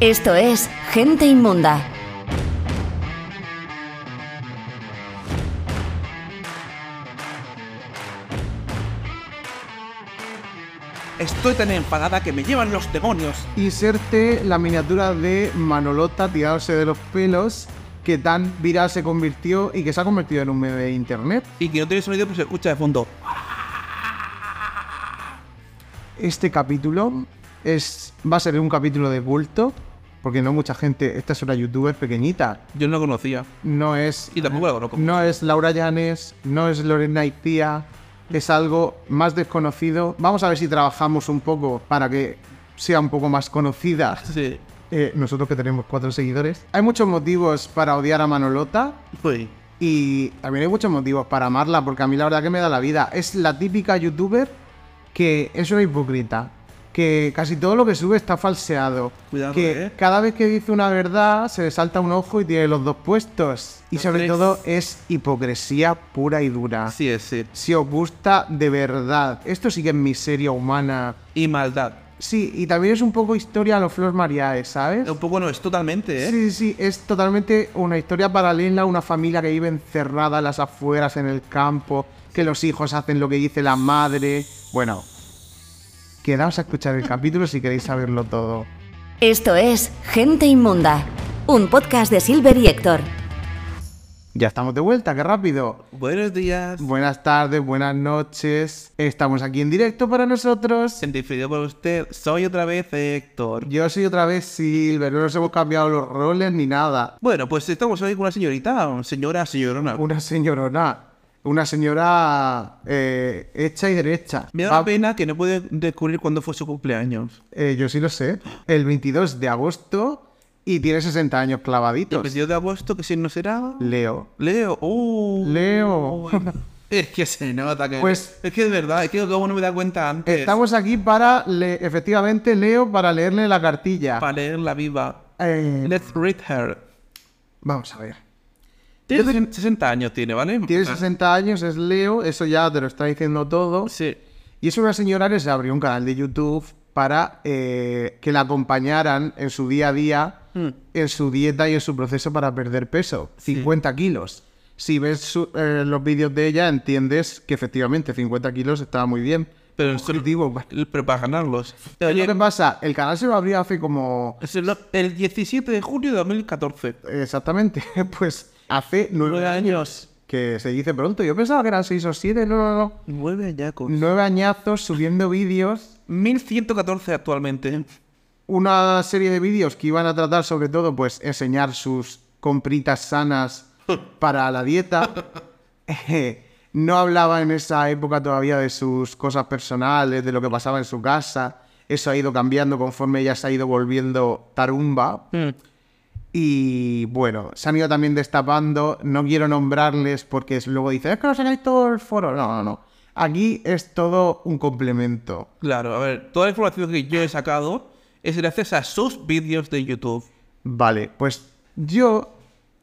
Esto es Gente Inmunda. Estoy tan enfadada que me llevan los demonios. Inserte la miniatura de Manolota tirándose de los pelos que tan viral se convirtió y que se ha convertido en un meme de internet. Y que no tiene sonido, pero se escucha de fondo. Este capítulo es, va a ser un capítulo de bulto, porque no mucha gente, esta es una youtuber pequeñita, Yo no la conocía. no es, Y tampoco la conozco. no es Laura Llanes, no es Lorena Ipía, es algo más desconocido. Vamos a ver si trabajamos un poco para que sea un poco más conocida. Sí. Eh, nosotros que tenemos cuatro seguidores. Hay muchos motivos para odiar a Manolota, Uy. y también hay muchos motivos para amarla, porque a mí la verdad que me da la vida. Es la típica youtuber que es una hipócrita. Que casi todo lo que sube está falseado. Cuidado, que eh. cada vez que dice una verdad se le salta un ojo y tiene los dos puestos. Y Los sobre tres. todo es hipocresía pura y dura. Así es, sí. Si os gusta de verdad. Esto sí que es miseria humana. Y maldad. Sí, y también es un poco historia a los Flor Mariae, ¿sabes? Un poco no es totalmente, ¿eh? Sí, sí, es totalmente una historia paralela a una familia que vive encerrada en las afueras, en el campo, que los hijos hacen lo que dice la madre. Bueno, quedaos a escuchar el capítulo si queréis saberlo todo. Esto es Gente Inmunda. Un podcast de Silver y Héctor. Ya estamos de vuelta, qué rápido. Buenos días. Buenas tardes, buenas noches. Estamos aquí en directo para nosotros. Sentido por usted. Soy otra vez Héctor. Yo soy otra vez Silver, no nos hemos cambiado los roles ni nada. Bueno, pues estamos hoy con una señorita, señora, señorona. Una señorona, una señora eh, hecha y derecha. Me da Va- pena que no pude descubrir cuándo fue su cumpleaños. Eh, yo sí lo sé. El 22 de agosto y tiene 60 años El clavaditos. 22 de agosto, que si no será. Leo. Leo, ¡uh! Leo. Es que se nota que. Pues- Es que es verdad, es que como no me da cuenta antes. Estamos aquí para, le- efectivamente, Leo, para leerle la cartilla. Para leerla viva. Eh, Let's read her. vamos a ver. Tiene 60 años, tiene, ¿vale? Tiene Ah, 60 años, es Leo, eso ya te lo está diciendo todo. Sí. Y es una señora que se abrió un canal de YouTube para eh, que la acompañaran en su día a día, Mm. en su dieta y en su proceso para perder peso. 50 kilos. Si ves su- eh, los vídeos de ella, entiendes que efectivamente 50 kilos estaba muy bien. Pero, solo- Objetivo, va. pero para ganarlos. ¿Qué Oye, es lo que pasa? El canal se lo abrió hace como... es el, el 17 de junio de 2014. Exactamente, pues hace nueve Nueve años. años. Que se dice pronto. Yo pensaba que eran seis o siete. No, no, no. Nueve añacos. Nueve añazos subiendo vídeos 1114 actualmente. una serie de vídeos que iban a tratar sobre todo pues enseñar sus compritas sanas para la dieta. Eh, no hablaba en esa época todavía de sus cosas personales, de lo que pasaba en su casa. Eso ha ido cambiando conforme ella se ha ido volviendo tarumba. Mm. Y bueno, se han ido también destapando. No quiero nombrarles porque es- luego dicen, es que no sacáis todo el foro. No, no, no. Aquí es todo un complemento. Claro, a ver, toda la información que yo he sacado es gracias a sus vídeos de YouTube. Vale, pues yo,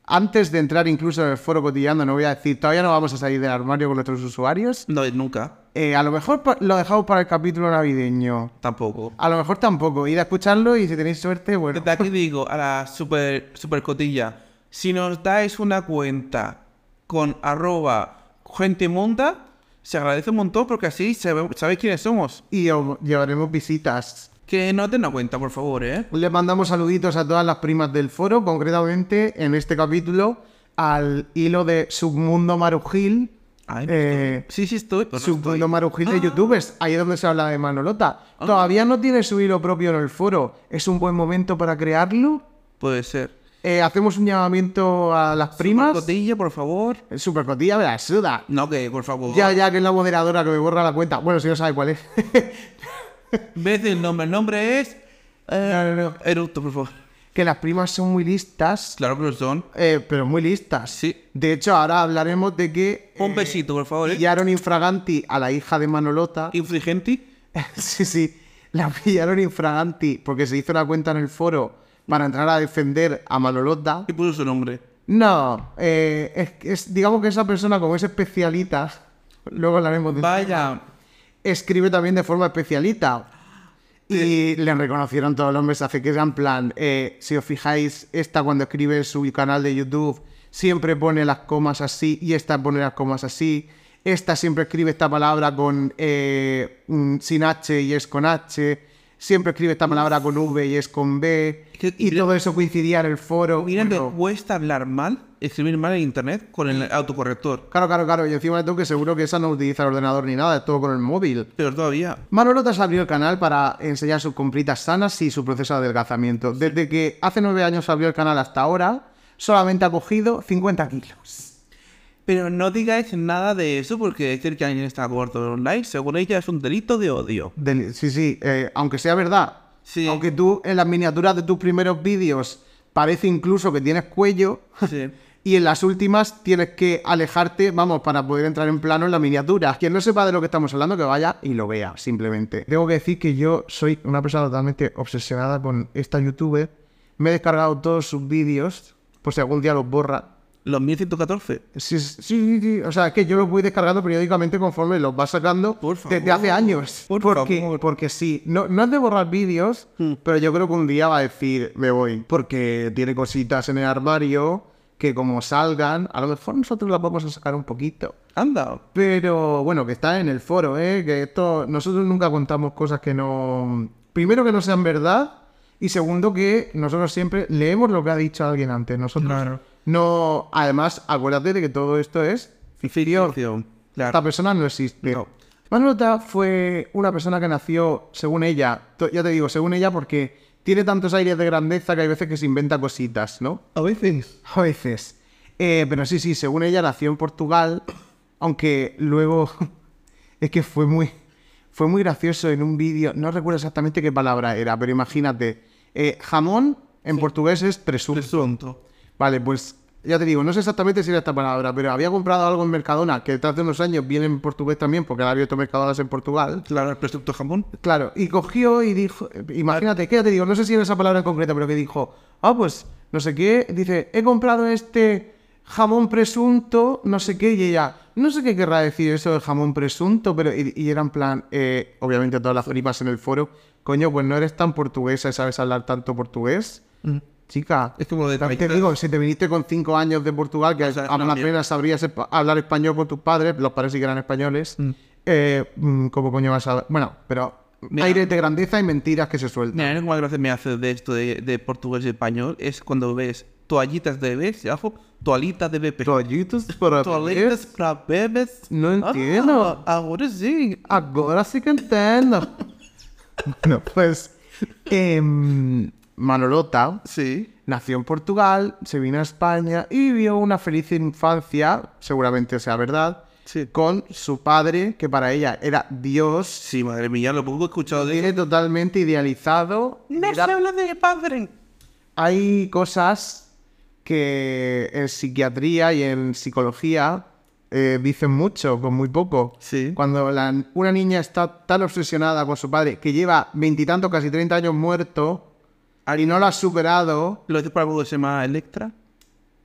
antes de entrar incluso en el foro cotidiano, no voy a decir, todavía no vamos a salir del armario con nuestros usuarios. No, nunca. Eh, a lo mejor pa- lo dejamos para el capítulo navideño. Tampoco. A lo mejor tampoco. Id a escucharlo y si tenéis suerte, bueno. Desde aquí digo a la super, super cotilla, si nos dais una cuenta con arroba gente inmunda, se agradece un montón porque así sabe- sabéis quiénes somos. Y os llevaremos visitas. Que no den una cuenta, por favor, ¿eh? Le mandamos saluditos a todas las primas del foro, concretamente en este capítulo al hilo de Submundo Marugil. Ay, Eh, Sí, sí estoy, pero no estoy. Ah. Submundo Marugil de youtubers, ahí es donde se habla de Manolota. Todavía no tiene su hilo propio en el foro. ¿Es un buen momento para crearlo? Puede ser. Eh, hacemos un llamamiento a las primas. Cotilla, por favor. El Supercotilla me la suda. No, que por favor. Ya, ya, que es la moderadora que me borra la cuenta. Bueno, si no sabe cuál es. Ves el nombre. El nombre es. eh, No, no, no. Eructo, por favor. Que las primas son muy listas. Claro que lo son. eh, pero muy listas. Sí. De hecho, ahora hablaremos de que Un besito, por favor. ¿eh? pillaron infraganti a la hija de Manolota. Infligente. Sí, sí. La pillaron infraganti porque se hizo una cuenta en el foro para entrar a defender a Manolota. Y puso su nombre. No, eh, es, es- digamos que esa persona, como es especialita, luego hablaremos de Vaya. escribe también de forma especialita. Y le reconocieron todos los mensajes que eran plan, eh, si os fijáis, esta cuando escribe en su canal de YouTube siempre pone las comas así y esta pone las comas así. Esta siempre escribe esta palabra con eh, mm, sin H y es con H. Siempre escribe esta palabra con V y es con B. Que- Y mira- todo eso coincidía en el foro. Mira, te Bueno, cuesta hablar mal, escribir mal en internet con el autocorrector. Claro, claro, claro. Y encima de todo que seguro que esa no utiliza el ordenador ni nada, es todo con el móvil. Pero todavía. Manolo Tas abrió el canal para enseñar sus compritas sanas y su proceso de adelgazamiento. Desde que hace nueve años abrió el canal hasta ahora, solamente ha cogido 50 kilos. Pero no digáis nada de eso porque decir que alguien está gordo online, según ella, es un delito de odio. Del- sí, sí, eh, aunque sea verdad. Sí. Aunque tú en las miniaturas de tus primeros vídeos parece incluso que tienes cuello Sí. y en las últimas tienes que alejarte, vamos, para poder entrar en plano en la miniatura. Quien no sepa de lo que estamos hablando, que vaya y lo vea, simplemente. Tengo que decir que yo soy una persona totalmente obsesionada con esta youtuber. Me he descargado todos sus vídeos, por si algún día los borra. Los 1114. Sí, sí, sí, sí. O sea, es que yo los voy descargando periódicamente conforme los vas sacando Por desde hace años. Por porque, favor. Hmm. porque sí. No, no es de borrar vídeos, pero yo creo que un día va a decir, me voy. Porque tiene cositas en el armario que como salgan, a lo mejor nosotros las vamos a sacar un poquito. Anda. Pero bueno, que está en el foro, ¿eh? Que esto, nosotros nunca contamos cosas que no... Primero que no sean verdad y segundo que nosotros siempre leemos lo que ha dicho alguien antes. Nosotros Claro. no... Además, acuérdate de que todo esto es ficción. Ficción. Esta Claro. persona no existe. No. Manolota fue una persona que nació, según ella, to- ya te digo, según ella, porque tiene tantos aires de grandeza que hay veces que se inventa cositas, ¿no? A veces. A veces. Eh, pero sí, sí, según ella nació en Portugal, aunque luego es que fue muy, fue muy gracioso en un vídeo, no recuerdo exactamente qué palabra era, pero imagínate, eh, jamón en portugués es presunto. Presunto. Vale, pues ya te digo, no sé exactamente si era esta palabra, pero había comprado algo en Mercadona, que desde hace unos años viene en portugués también, porque ha abierto Mercadonas en Portugal. Claro, el presunto jamón. Claro, y cogió y dijo, imagínate, que ya te digo, no sé si era esa palabra en concreto, pero que dijo, ah, pues, no sé qué, dice, he comprado este jamón presunto, no sé qué, y ella, no sé qué querrá decir eso de jamón presunto, pero, y, y era en plan, eh, obviamente todas las flipas en el foro, coño, pues no eres tan portuguesa y sabes hablar tanto portugués, chica. Mm. Es como de También te países. digo, si te viniste con 5 años de Portugal, que O sea, a no, la mira. pena sabrías espa- hablar español con tus padres, los padres sí que eran españoles, Mm. eh, mm, ¿cómo coño vas a...? Bueno, pero Mira. aires de grandeza y mentiras que se sueltan. Mira, lo que más gracia me hace de esto de, de portugués y español es cuando ves toallitas de bebés y abajo toallitas de bebé. Toallitos para Toallitas para bebés. No entiendo. Ah, ahora sí. Ahora sí que entiendo. bueno, pues... em, Manolota Sí. nació en Portugal, se vino a España y vivió una feliz infancia, seguramente sea verdad, Sí. con su padre, que para ella era Dios, Sí, madre mía, lo poco que he escuchado de tiene totalmente idealizado. Mira, habla de padre. hay cosas que en psiquiatría y en psicología eh, dicen mucho con muy poco. Sí. Cuando la- una niña está tan obsesionada con su padre que lleva veintitantos, casi 30 años muerto y no lo ha superado, ¿Lo dices para algo que se llama Electra?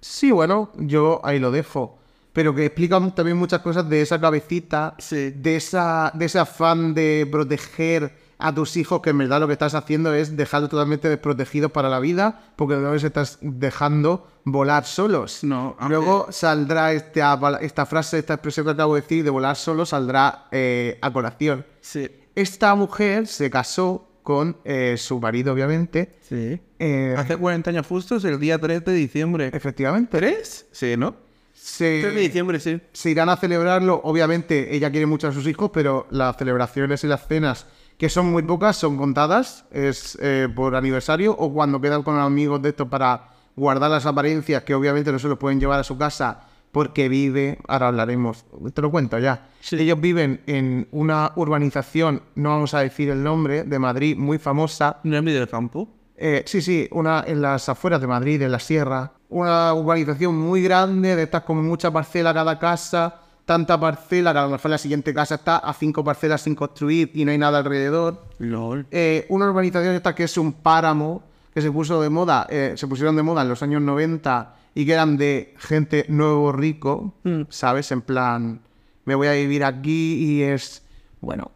sí, bueno, yo ahí lo dejo. Pero que explica mu- también muchas cosas de esa cabecita, Sí. de, esa, de ese afán de proteger a tus hijos, que en verdad lo que estás haciendo es dejarlos totalmente desprotegidos para la vida, porque no les estás dejando volar solos. No, aunque- Luego saldrá esta, pala- esta frase, esta expresión que acabo de decir, de volar solo, saldrá eh, a colación. Sí. Esta mujer se casó con eh, su marido, obviamente. Sí. Eh, Hace 40 años justos, el día 3 de diciembre. efectivamente. ¿3? Sí, ¿no? Se... 3 de diciembre, sí. se irán a celebrarlo. Obviamente, ella quiere mucho a sus hijos, pero las celebraciones y las cenas, que son muy pocas, son contadas, es eh, por aniversario o cuando quedan con amigos de estos para guardar las apariencias, que obviamente no se los pueden llevar a su casa porque vive. Ahora hablaremos, te lo cuento ya. Sí. Ellos viven en una urbanización, no vamos a decir el nombre, de Madrid, muy famosa. ¿No es medio del campo? Eh, sí, sí, una en las afueras de Madrid, en la sierra. Una urbanización muy grande, de estas con mucha parcela cada casa, tanta parcela que a lo mejor la siguiente casa está a cinco parcelas sin construir y no hay nada alrededor. LOL. Eh, una urbanización esta que es un páramo, que se puso de moda, eh, se pusieron de moda en los años 90 y que eran de gente nuevo rico, Mm. ¿sabes? En plan, me voy a vivir aquí y es, bueno,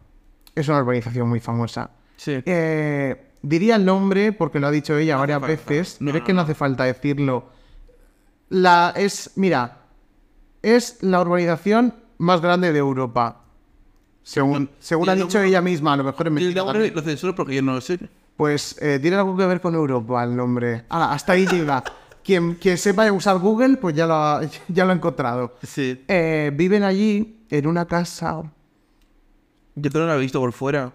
es una urbanización muy famosa. Sí. Eh, diría el nombre, porque lo ha dicho ella varias falta. veces, No, pero es no, que no hace falta decirlo. La es, mira, es la urbanización más grande de Europa. Según, No, según ha el dicho nombre- ella misma, a lo mejor es Y el mentira nombre también. lo censuro porque yo no lo sé. Pues eh, tiene algo que ver con Europa el nombre. Ah, hasta ahí llega. Quien, quien sepa usar Google, pues ya lo ha, ya lo ha encontrado. Sí. Eh, viven allí en una casa. Yo no lo he visto por fuera.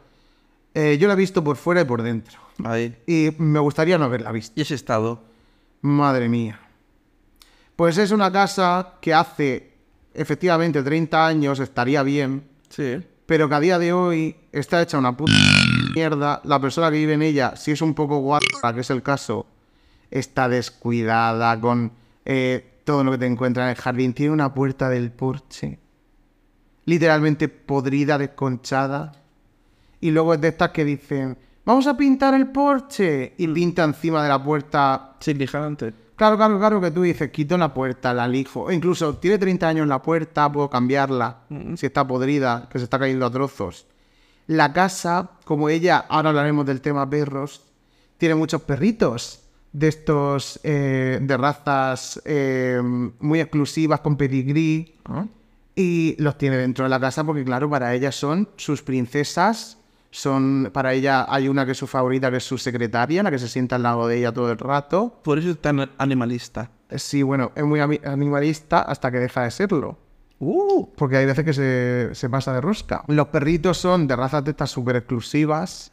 eh, yo la he visto por fuera y por dentro. Ahí. Y me gustaría no haberla visto. Y ese estado. Madre mía. Pues es una casa que hace efectivamente 30 años estaría bien, Sí. pero que a día de hoy está hecha una puta mierda. La persona que vive en ella, si es un poco guapa, que es el caso, está descuidada con eh, todo lo que te encuentra en el jardín. Tiene una puerta del porche literalmente podrida, desconchada. Y luego es de estas que dicen, vamos a pintar el porche. Y pinta encima de la puerta Sin antes. Claro, claro, claro que tú dices, quito la puerta, la lijo. O incluso tiene 30 años la puerta, puedo cambiarla. Si está podrida, que se está cayendo a trozos. La casa, como ella, ahora hablaremos del tema perros, tiene muchos perritos de estos, eh, de razas eh, muy exclusivas, con pedigrí. Y los tiene dentro de la casa porque, claro, para ella son sus princesas. Son, para ella hay una que es su favorita, que es su secretaria, la que se sienta al lado de ella todo el rato. Por eso es tan animalista. Sí, bueno, es muy ami- animalista hasta que deja de serlo. ¡Uh! Porque hay veces que se, se pasa de rosca. Los perritos son de razas de estas súper exclusivas.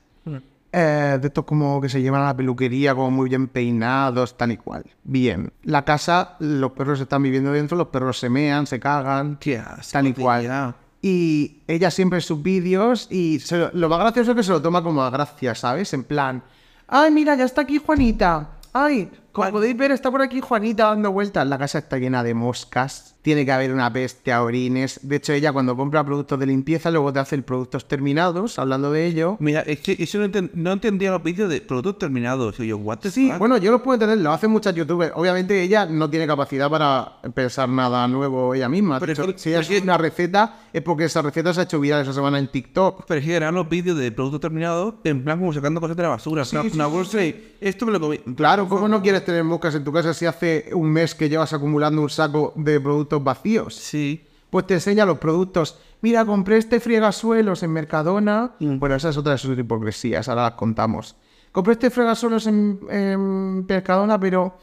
eh, de estos como que se llevan a la peluquería, como muy bien peinados, tal y cual. Bien. La casa, los perros están viviendo dentro, los perros se mean, se cagan. Qué asco, Tal y cual. tía. Y ella siempre en sus vídeos y se lo, lo más gracioso es que se lo toma como a gracia, ¿sabes? En plan, ay, mira, ya está aquí Juanita. Ay, como podéis ver, está por aquí Juanita dando vueltas. La casa está llena de moscas. Tiene que haber una peste a orines. De hecho, ella cuando compra productos de limpieza, luego te hace el productos terminados, hablando de ello. Mira, es que eso no, enten- no entendía los vídeos de productos terminados. Y yo, what the Sí, fuck? bueno, yo lo puedo entender, lo hacen muchas youtubers. Obviamente ella no tiene capacidad para pensar nada nuevo ella misma. Pero De es hecho, que- si ella es que- hace una receta, es porque esa receta se ha hecho viral esa semana en TikTok. Pero es que eran los vídeos de productos terminados en plan como sacando cosas de la basura. una, sí, una sí, bolsa y esto me lo comí. Claro, ¿cómo no quieres tener moscas en tu casa si hace un mes que llevas acumulando un saco de productos vacíos? Sí. Pues te enseña los productos. Mira, compré este fregasuelos en Mercadona. Bueno, esa es otra de sus hipocresías, ahora las contamos. Compré este fregasuelos en, en Mercadona, pero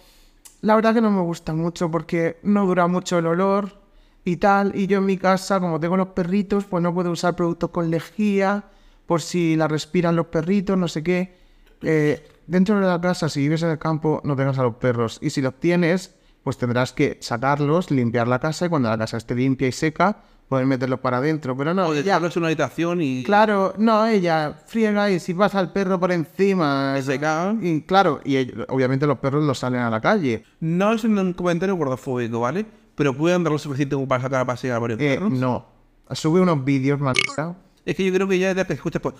la verdad que no me gusta mucho porque no dura mucho el olor y tal. Y yo en mi casa, como tengo los perritos, pues no puedo usar productos con lejía por si la respiran los perritos, no sé qué. Eh, dentro de la casa, si vives en el campo, no tengas a los perros. Y si los tienes, pues tendrás que sacarlos, limpiar la casa y cuando la casa esté limpia y seca, poder meterlos para adentro. Pero no, O de ella- dejarlos en una habitación y... Claro, no, ella friega y si vas al perro por encima. Que se cagan. Y claro, y ellos- obviamente los perros los salen a la calle. No es un comentario gordofóbico, ¿vale? Pero pueden dar lo suficiente como para sacar a pasear a varios Eh, perros. no. Sube unos vídeos, maldita. Es que yo creo que ya desde que escuchas, pues...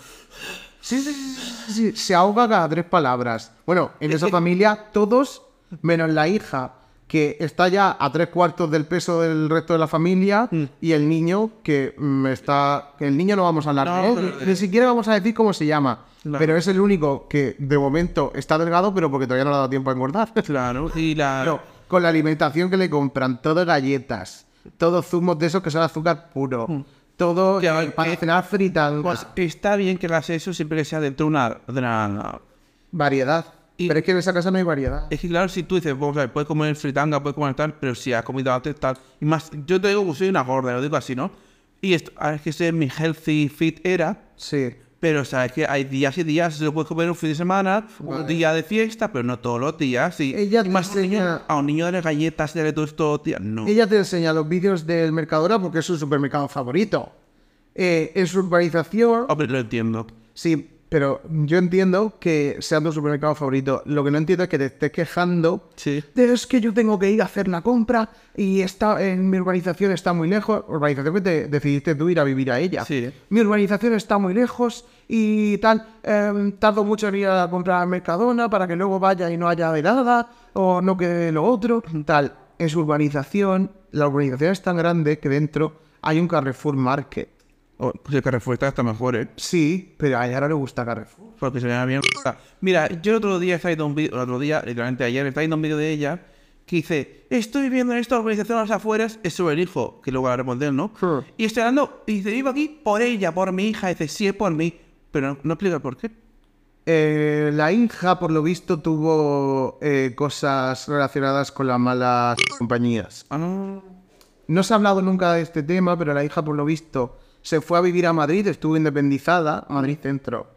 Sí, sí, sí, sí, sí, Se ahoga cada tres palabras. Bueno, en esa familia, todos, menos la hija, que está ya a tres cuartos del peso del resto de la familia, y el niño, que mm, está. que El niño no vamos a hablar No, de él, pero- ni- ni siquiera vamos a decir cómo se llama. Claro. Pero es el único que de momento está delgado, pero porque todavía no le ha dado tiempo a engordar. Claro, y la... Claro, con la alimentación que le compran, todo galletas, todos zumos de esos que son azúcar puro, todo Que- eh, para que- cenar fritas, Pues está bien que hagas eso siempre que sea dentro de una... de una- variedad. y- Eh, Pero es que en esa casa no hay variedad. Es que claro, si tú dices, vamos a ver, puedes comer fritanga, puedes comer tal, pero si has comido antes tal... Y más, yo te digo que soy una gorda, lo digo así, ¿no? Y esto, a ver, es que ese es mi healthy fit era... Sí. Pero sabes que hay días y días, se lo puedes comer un fin de semana, un Vale. día de fiesta, pero no todos los días. Y, Ella y te más a un niño- enseña- a un niño de galletas de todos estos días. No. Ella te enseña los vídeos del Mercadona porque es su supermercado favorito. Eh, en su urbanización, Hombre, lo entiendo. sí, pero yo entiendo que sea tu supermercado favorito. Lo que no entiendo es que te estés quejando Sí. de, es que yo tengo que ir a hacer la compra y está en mi urbanización está muy lejos. Urbanización que te decidiste tú ir a vivir a ella. Sí. Mi urbanización está muy lejos y tal. eh, tardo mucho en ir a comprar al Mercadona para que luego vaya y no haya de nada o no quede lo otro. Tal. En su urbanización, la urbanización es tan grande que dentro hay un Carrefour Market. O, pues el Carrefour está hasta mejor, ¿eh? Sí, pero a ella no le gusta Carrefour. Porque se llama bien. Mira, yo el otro día estaba viendo un vídeo, el otro día, literalmente ayer, estaba viendo un vídeo de ella que dice: Estoy viendo en esta organización a las afueras, es sobre el hijo, que luego hablaremos de él, ¿no? Sure. Y estoy hablando, y dice: Vivo aquí por ella, por mi hija, dice: Sí, es por mí. Pero no, no explica por qué. Eh, la hija, por lo visto, tuvo eh, cosas relacionadas con las malas compañías. Ah, no. No se ha hablado nunca de este tema, pero la hija, por lo visto, se fue a vivir a Madrid, estuvo independizada, a Madrid Centro.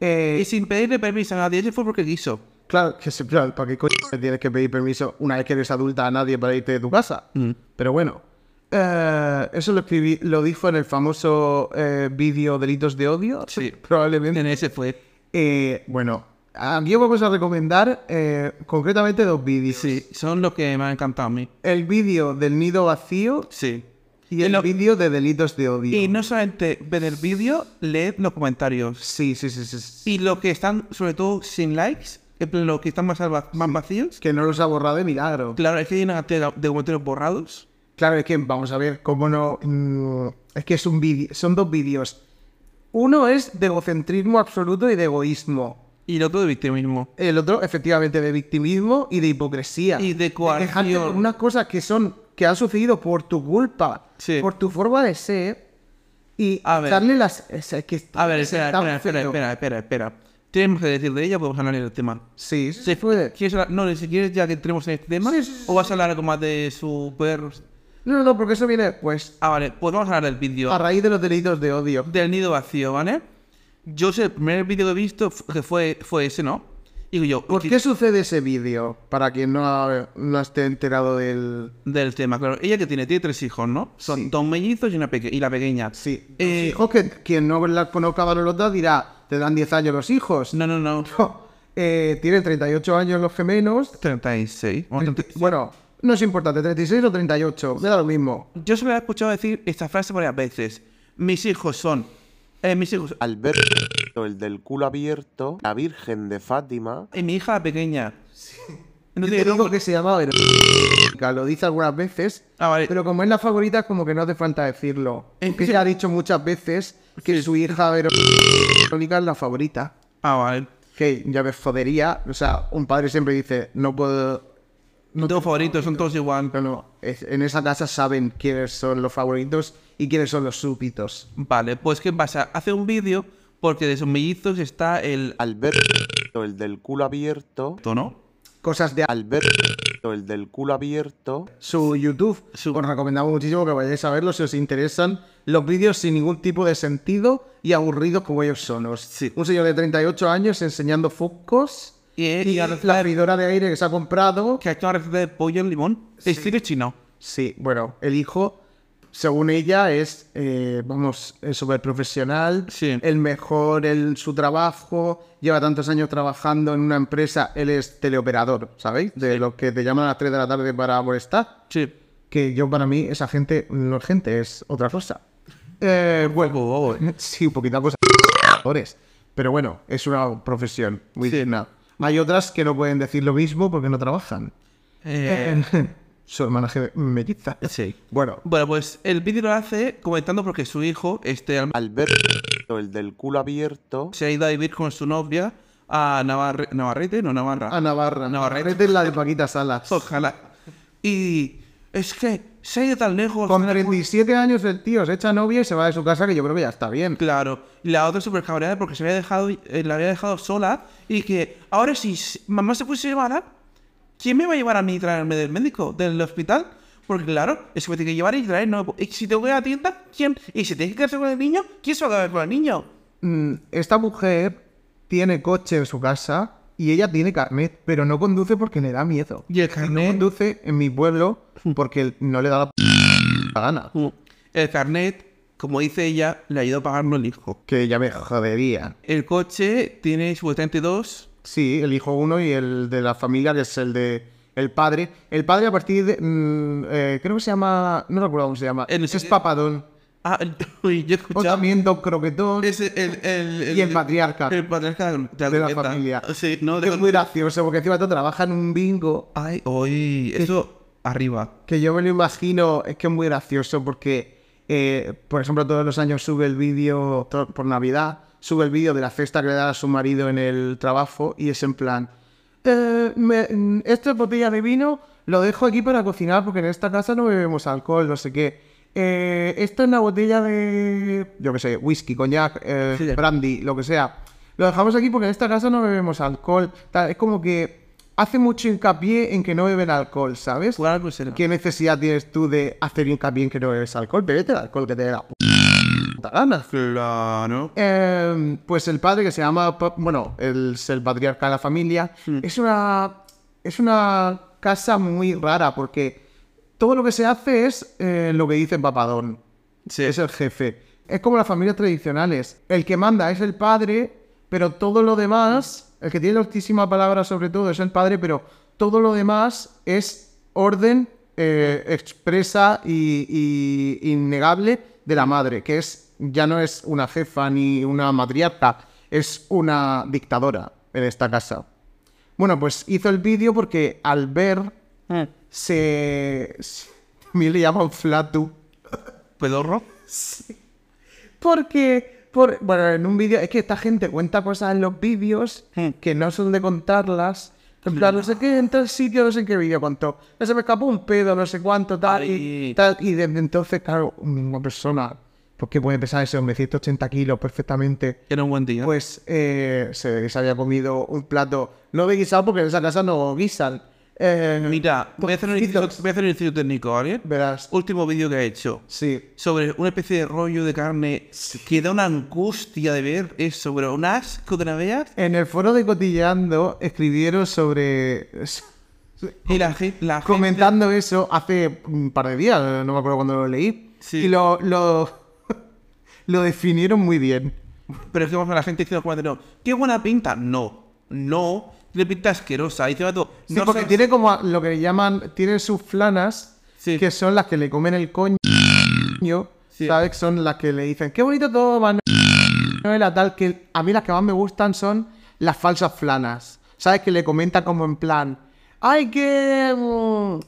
Eh, Y sin pedirle permiso a nadie, ese fue porque quiso. Claro, que se, claro, ¿para qué coño te tienes que pedir permiso una vez que eres adulta a nadie para irte de tu casa? Pero bueno, eh, eso lo escribí, lo dijo en el famoso eh, vídeo Delitos de Odio, Sí. probablemente. En ese fue. Eh, bueno, aquí os vamos a recomendar eh, concretamente dos vídeos. Sí, son los que me han encantado a mí. El vídeo del nido vacío Sí. y el lo- vídeo de Delitos de Odio. Y no solamente ver el vídeo, leed los comentarios. Sí, sí, sí, sí, sí. Y los que están, sobre todo, sin likes, en plan, los que están más, alba- más vacíos. Que no los ha borrado de milagro. Claro, es que hay una cantidad de comentarios borrados. Claro, es que vamos a ver cómo no. mm, Es que es un vídeo, son dos vídeos. Uno es de egocentrismo absoluto y de egoísmo. Y el otro de victimismo. El otro, efectivamente, de victimismo y de hipocresía. Y de quejarte coacción. por unas cosas que son que han sucedido por tu culpa, Sí. por tu forma de ser y A ver. darle las. o sea, es que A ver, espera, está espera, espera, feo. espera, espera, espera. Tenemos que decir de ella, podemos hablar del tema. Sí, sí, Sí. se puede. ¿Quieres hablar? No, si quieres ya que entremos en este tema. Sí, sí, sí, ¿O vas a hablar algo más de su perro? No, no, no, porque eso viene después. Ah, vale, pues vamos a hablar del vídeo. A raíz de los delitos de odio. del nido vacío, ¿vale? Yo sé, el primer vídeo que he visto f- que fue, fue ese, ¿no? Y digo yo, ¿Por ¿qué- qué sucede ese vídeo? Para quien no, ha- no esté enterado del. Del tema, claro. Ella que tiene, tiene tres hijos, ¿no? Son Sí. dos mellizos y, una peque- y la pequeña. Sí. Eh, Los hijos que quien no la conozca a Lolota dirá, te dan 10 años los hijos. No, no, no. Eh, tienen 38 años los gemelos. 36. o 36. Bueno, no es importante, 36 o 38, me da lo mismo. Yo solo he escuchado decir esta frase varias veces. Mis hijos son... eh, mis hijos... Alberto, el del culo abierto, la Virgen de Fátima, Y mi hija la pequeña. Yo Entonces, te digo que se llama Verónica, lo dice algunas veces, Ah, vale. pero como es la favorita, como que no hace falta decirlo. Es que- Que ella ha dicho muchas veces que Sí. su hija Verónica es la favorita. Ah, vale. Que ya me jodería, o sea, un padre siempre dice, no puedo No tengo favoritos, son todos igual. No, no. es- en esa casa saben quiénes son los favoritos y quiénes son los súbditos. Vale, pues ¿qué pasa? Hace un vídeo porque de sus mellizos está el... Alberto, el del culo abierto, alto, ¿no? Cosas de Alberto, el del culo abierto, su YouTube. Su- Os recomendamos muchísimo que vayáis a verlo si os interesan los vídeos sin ningún tipo de sentido y aburridos como ellos son. Os- Sí. Un señor de 38 años enseñando focos Y- eh, y a la abridora de aire que se ha comprado. que ha hecho una receta de pollo en limón. Es Estilo chino. Sí, bueno, el hijo, según ella, es, eh, vamos, súper profesional, Sí. el mejor en su trabajo, lleva tantos años trabajando en una empresa, él es teleoperador, ¿sabéis? De los que te llaman a las 3 de la tarde para molestar, Sí. que yo para mí esa gente no es gente, es otra cosa. Eh, bueno, Bobo, bobo. sí, un poquito cosa. Pero bueno, es una profesión muy Sí. digna. Hay otras que no pueden decir lo mismo porque no trabajan. Eh, Su hermana geme- melliza. sí. Bueno, Bueno, pues el vídeo lo hace comentando porque su hijo, este Alberto, Alberto, el del culo abierto, se ha ido a vivir con su novia a Navarre- Navarrete, no Navarra. a Navarra. Navarrete. Navarrete es la de Paquita Salas. Ojalá. Y es que se ha ido tan lejos. Con 37 años el tío se echa novia y se va de su casa, que yo creo que ya está bien. Claro. Y la otra súper cabreada porque se había dejado, eh, la había dejado sola y que ahora si s- mamá se puso llevarla, ¿quién me va a llevar a mí y traerme del médico, del hospital? Porque claro, es que me tiene que llevar y traer. No, y si tengo que ir a la tienda, ¿quién? Y si tienes que quedarse con el niño, ¿quién se va a quedar con el niño? Mm, Esta mujer tiene coche en su casa y ella tiene carnet, pero no conduce porque le da miedo. Y el No carnet. Hmm. conduce en mi pueblo porque no le da la p- gana. El carnet, como dice ella, le ayudó a pagarlo el hijo. Que ya me jodería. El coche tiene su 32. Sí, el hijo uno y el de la familia, que es el de el padre. El padre a partir de... mm, eh, creo que se llama... No recuerdo cómo se llama. Eh, no sé es qué- Papadón. Ah, uy, yo he O escuchado. también Don Croquetón. Es el, el, Y el patriarca. El patriarca de, de la Alcobenza. familia. Sí, no, de es muy gracioso porque encima todo trabaja en un bingo. Ay, uy, eso arriba. Que yo me lo imagino, es que es muy gracioso porque eh, por ejemplo, todos los años sube el vídeo, to- por Navidad, sube el vídeo de la fiesta que le da a su marido en el trabajo y es en plan, eh, me- mm, esta botella de vino lo dejo aquí para cocinar porque en esta casa no bebemos alcohol, no sé qué. Eh, esta es una botella de, yo qué sé, whisky, coñac, eh, Sí, sí. brandy, lo que sea. Lo dejamos aquí porque en esta casa no bebemos alcohol. tal. Es como que hace mucho hincapié en que no beben alcohol, ¿sabes? Jugar al crucero. ¿Qué necesidad tienes tú de hacer hincapié en que no bebes alcohol? Bebete el alcohol que te dé la puta gana. Claro. Eh, pues el padre que se llama, Pa- bueno, el, es el patriarca de la familia, es, una, es una casa muy rara porque todo lo que se hace es eh, lo que dice Papadón. Sí. Es el jefe. Es como las familias tradicionales. El que manda es el padre, pero todo lo demás, el que tiene la altísima palabra sobre todo es el padre, pero todo lo demás es orden eh, expresa y, y innegable de la madre, que es ya no es una jefa ni una matriarca, es una dictadora en esta casa. Bueno, pues hizo el vídeo porque al ver se... se- A mí le llaman flatu. ¿Pedorro? Porque, por, bueno, en un vídeo, es que esta gente cuenta cosas en los vídeos Hmm. que no son de contarlas. En plan, no sé qué, en tal sitio, no sé en qué vídeo contó. No se me escapó un pedo, no sé cuánto, tal y Ay. tal. Y desde entonces, claro, una persona, porque puede pesar ese hombre, 180 kilos perfectamente. Que era un buen día. Pues eh, se, se había comido un plato, no de guisado, porque en esa casa no guisan. Eh, Mira, voy a hacer un inciso, cocidos. voy a hacer un inciso técnico, ¿vale? Verás. Último vídeo que he hecho. Sí. Sobre una especie de rollo de carne que da una angustia de ver eso, bro. Un asco de la veas. En el foro de Cotilleando escribieron sobre Y la, gen- la gente- comentando eso hace un par de días, no me acuerdo cuando lo leí. Sí. Y lo, lo, lo definieron muy bien. Pero es que vamos a la gente diciendo, como, no, qué buena pinta. No, no, tiene pinta asquerosa. Y encima todo, Sí, no porque sabes- tiene como a- lo que llaman, tiene sus flanas, Sí. que son las que le comen el coño, Sí. ¿sabes? Son las que le dicen, qué bonito todo, Manuel", tal, que a mí las que más me gustan son las falsas flanas, ¿sabes? Que le comentan como en plan, ay, qué, mm,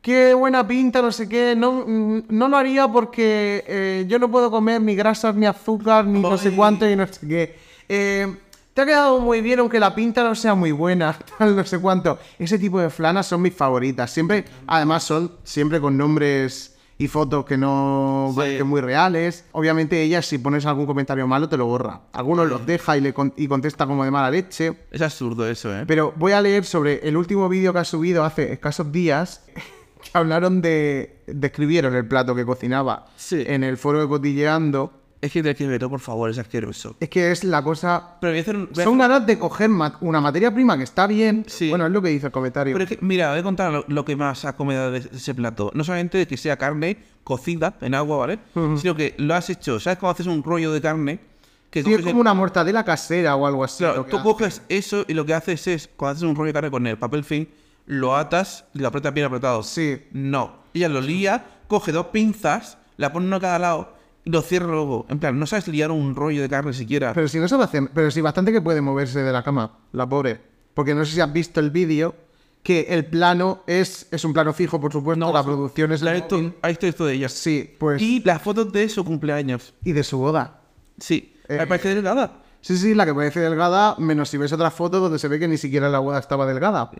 qué buena pinta, no sé qué, no, mm, no lo haría porque eh, yo no puedo comer ni grasas, ni azúcar, ni no sé Ay. cuánto, y no sé qué. Eh, te ha quedado muy bien, aunque la pinta no sea muy buena, tal, no sé cuánto. Ese tipo de flanas son mis favoritas. Siempre, además, son siempre con nombres y fotos que no Sí. parecen muy reales. Obviamente, ella, si pones algún comentario malo, te lo borra. Algunos los deja y le con- y contesta como de mala leche. Es absurdo eso, ¿eh? Pero voy a leer sobre el último vídeo que ha subido hace escasos días, que hablaron de... describieron el plato que cocinaba Sí. en el foro de Cotilleando. Es que tienes que verlo, por favor, es asqueroso. Es que es la cosa... Pero voy a hacer un. voy a Son hacer- ganas de coger ma- una materia prima que está bien. Sí. Bueno, es lo que dice el comentario. Pero es que, mira, voy a contar lo, lo que más ha comido de ese plato. No solamente de que sea carne cocida en agua, ¿vale? Sino que lo has hecho. ¿Sabes cómo haces un rollo de carne? Que Sí, es coges el- como una mortadela casera o algo así. Claro, lo que tú hace. coges eso y lo que haces es, cuando haces un rollo de carne con el papel film, lo atas y lo aprietas bien apretado. Sí. No. Ella lo lía, coge dos pinzas, la pone uno a cada lado y lo cierra luego. En plan, no sabes liar un rollo de carne siquiera. Pero si no se lo hacen, pero si bastante que puede moverse de la cama, la pobre. Porque no sé si has visto el vídeo, que el plano es, es un plano fijo, por supuesto, la producción es La el esto- móvil. ahí está esto de ella. Sí, pues. Y, Y las fotos de su cumpleaños. de su boda. Sí. Eh, Me parece delgada. Sí, sí, la que parece delgada, menos si ves otra foto donde se ve que ni siquiera la boda estaba delgada.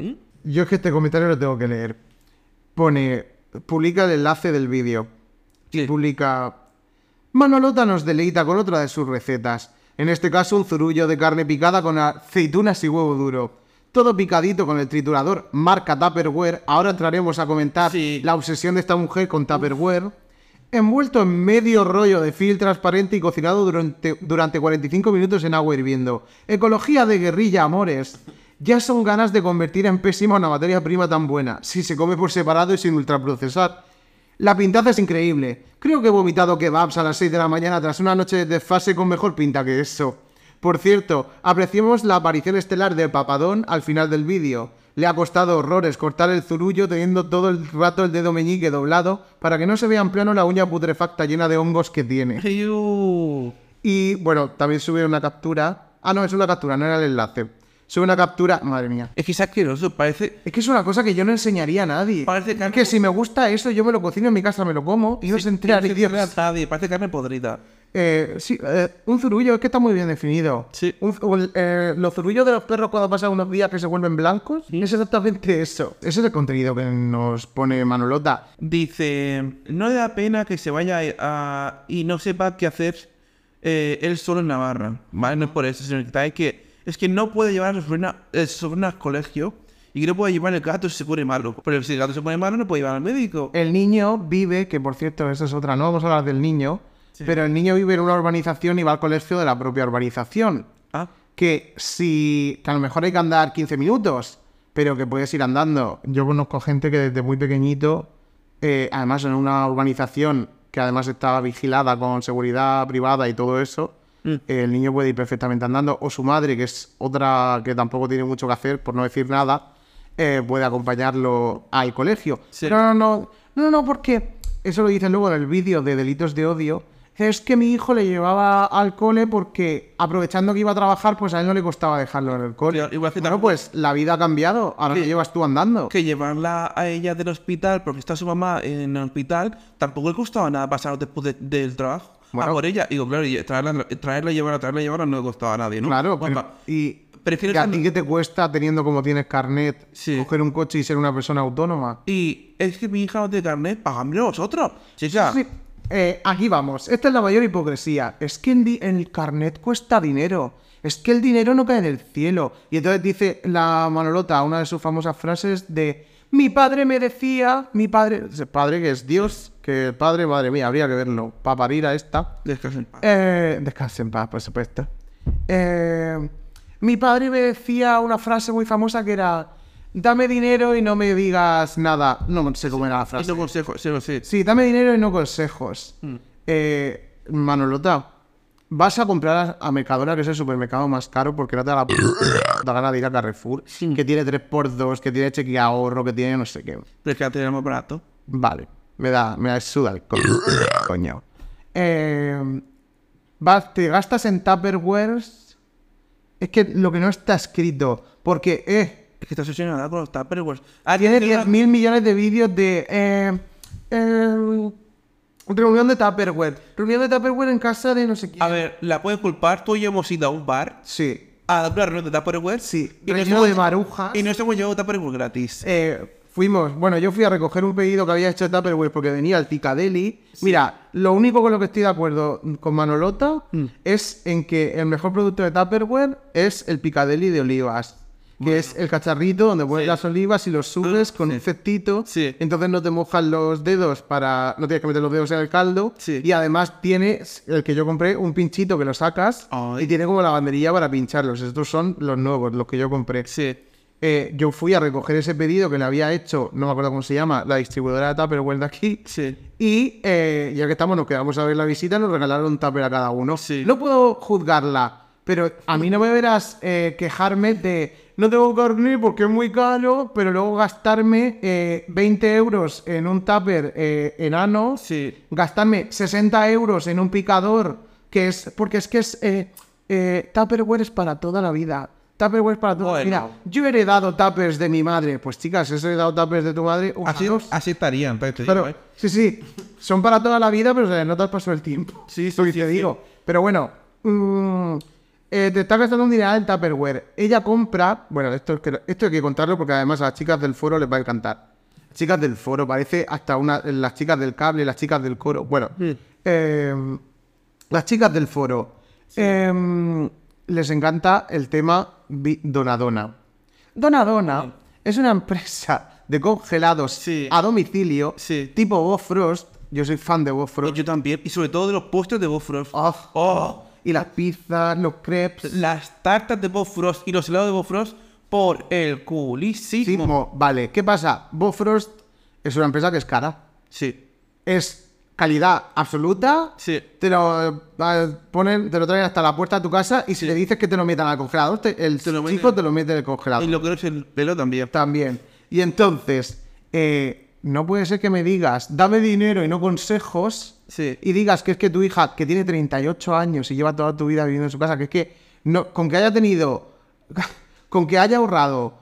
Yo es que este comentario lo tengo que leer. Pone, publica el enlace del vídeo. Sí. publica. Manolota nos deleita con otra de sus recetas. En este caso, un zurullo de carne picada con aceitunas y huevo duro. Todo picadito con el triturador marca Tupperware. Ahora entraremos a comentar Sí. la obsesión de esta mujer con Tupperware. Envuelto en medio rollo de fil transparente y cocinado durante, durante 45 minutos en agua hirviendo. Ecología de guerrilla, amores. Ya son ganas de convertir en pésima una materia prima tan buena, si se come por separado y sin ultraprocesar. La pintaza es increíble. Creo que he vomitado kebabs a las 6 de la mañana tras una noche de desfase con mejor pinta que eso. Por cierto, apreciemos la aparición estelar del papadón al final del vídeo. Le ha costado horrores cortar el zurullo teniendo todo el rato el dedo meñique doblado para que no se vea en plano la uña putrefacta llena de hongos que tiene. Iu. Y bueno, también subieron una captura. Ah, no, es una captura, no era el enlace. Sube una captura. Madre mía. Es que es asqueroso, parece. Es que es una cosa que yo no enseñaría a nadie. Parece carne- que si me gusta eso, yo me lo cocino en mi casa, me lo como y no se entera no ni se Dios. entera nadie, parece carne podrida. Eh, sí, eh, un zurullo, es que está muy bien definido. Sí. Un zu- un- eh, los zurullos de los perros cuando pasan unos días que se vuelven blancos, es exactamente eso. Ese es el contenido que nos pone Manolota. Dice, no le da pena que se vaya a- y no sepa qué hacer eh, él solo en Navarra. ¿Vale? No es por eso, sino que también que es que no puede llevar a su sobrina, eh, su sobrina al colegio y que no puede llevar el gato si se pone malo. Pero si el gato se pone malo no puede llevar al médico. El niño vive, que por cierto, eso es otra, no vamos a hablar del niño, pero el niño vive en una urbanización y va al colegio de la propia urbanización. Ah, Que si, que a lo mejor hay que andar 15 minutos, pero que puedes ir andando. Yo conozco gente que desde muy pequeñito, eh, además en una urbanización que además estaba vigilada con seguridad privada y todo eso, el niño puede ir perfectamente andando. O su madre, que es otra que tampoco tiene mucho que hacer, por no decir nada, eh, puede acompañarlo al colegio. Sí. Pero no, no, no, no, no, porque eso lo dicen luego en el vídeo de delitos de odio. Es que mi hijo le llevaba al cole porque aprovechando que iba a trabajar, pues a él no le costaba dejarlo en el cole. Claro, igual que bueno, tampoco- pues la vida ha cambiado, ahora Que- que llevas tú andando. que llevarla a ella del hospital porque está su mamá en el hospital tampoco le costaba nada pasar después de- del trabajo. Bueno. Ah, por ella. Digo, claro, y traerla, traerla y llevarla, traerla y llevarla no le costaba a nadie, ¿no? Claro, Bueno, pero- y, prefiero y a estar- ti que te cuesta teniendo como tienes carnet, Sí. coger un coche y ser una persona autónoma. Y es que mi hija no tiene carnet, pagadme vosotros. Chicha, Sí, eh, aquí vamos. Esta es la mayor hipocresía. Es que el, di- el carnet cuesta dinero. Es que el dinero no cae del cielo. Y entonces dice la Manolota, una de sus famosas frases de mi padre me decía, mi padre, ese padre que es Dios, que el padre, madre mía, habría que verlo, para parir a esta. descansa en paz. Eh, descanse en paz, por supuesto. Eh, mi padre me decía una frase muy famosa que era, dame dinero y no me digas nada. No sé cómo era la frase. Eso consejo, sí, sí. Sí, dame dinero y no consejos. Eh, Manolota, vas a comprar a, a Mercadona, que es el supermercado más caro, porque no te da la puta gana de ir a Carrefour, que tiene 3x2, que tiene cheque ahorro, que tiene no sé qué. Pero es que la tenemos barato. Vale, me da, me da suda el co- coño. Eh, vas- te gastas en Tupperwares. Es que lo que no está escrito, porque, eh, Es que está obsesionada con los Tupperwares. Ah, tiene tiene una- 10.000 millones de vídeos de. eh, eh, reunión de Tupperware. Reunión de Tupperware en casa de no sé quién. A ver, la puedes culpar. Tú y yo hemos ido a un bar Sí. a una reunión de Tupperware. Sí. Y nos, Relleno hemos, de marujas. y nos hemos llevado Tupperware gratis. Eh, fuimos. Bueno, yo fui a recoger un pedido que había hecho de Tupperware porque venía al Ticadeli. Mira, lo único con lo que estoy de acuerdo con Manolota Mm. es en que el mejor producto de Tupperware es el Picadeli de olivas. Que es el cacharrito donde pones las olivas y los subes con un cestito. Ah, Sí. Entonces no te mojas los dedos para. No tienes que meter los dedos en el caldo. Sí. Y además tienes el que yo compré, un pinchito que lo sacas. Ay. Y tiene como la banderilla para pincharlos. Estos son los nuevos, los que yo compré. Sí. Eh, yo fui a recoger ese pedido que le había hecho, no me acuerdo cómo se llama, la distribuidora de Tupperware de aquí. Sí. Y eh, ya que estamos, nos quedamos a ver la visita, nos regalaron un tupper a cada uno. Sí. No puedo juzgarla, pero a mí no me verás eh, quejarme de no tengo carne porque es muy caro, pero luego gastarme eh, 20 euros en un tupper eh, enano, Sí. gastarme 60 euros en un picador, que es porque es que es eh, eh, Tupperware es para toda la vida. Tupperware es para toda la Bueno. vida. Yo he heredado tuppers de mi madre. Pues chicas, ¿has heredado tuppers de tu madre? Uja, Así, dos. así estarían. te digo, Claro, ¿eh? sí, sí. Son para toda la vida, pero se les nota el paso del tiempo. Sí, sí, Lo que sí, te sí. digo. Pero bueno, mm, eh, te está gastando un dineral en Tupperware. Ella compra. Bueno, esto, es que- esto hay que contarlo porque además a las chicas del foro les va a encantar. Chicas del foro, parece hasta una, las chicas del cable, las chicas del coro. Bueno, eh, las chicas del foro. Em, les encanta el tema vi- Donadona. Donadona es una empresa de congelados Sí. a domicilio Sí. tipo Bob Frost. Yo soy fan de Bob Frost. Yo también. Y sobre todo de los postres de Bob Frost. Oh, Oh. Y las pizzas, los crepes. Las tartas de Bob Frost y los helados de Bob Frost por el Sí, culísimo. mo- Vale, ¿qué pasa? Bob Frost es una empresa que es cara. Sí. Es calidad absoluta. Sí. Te lo, eh, ponen, te lo traen hasta la puerta de tu casa y si le dices que te lo metan al congelador, te- el Te lo chico meten. te lo mete en el congelador. Y lo que no es el pelo también. También. Y entonces, eh, no puede ser que me digas, dame dinero y no consejos, Sí. y digas que es que tu hija, que tiene 38 años y lleva toda tu vida viviendo en su casa, que es que no, con que haya tenido con que haya ahorrado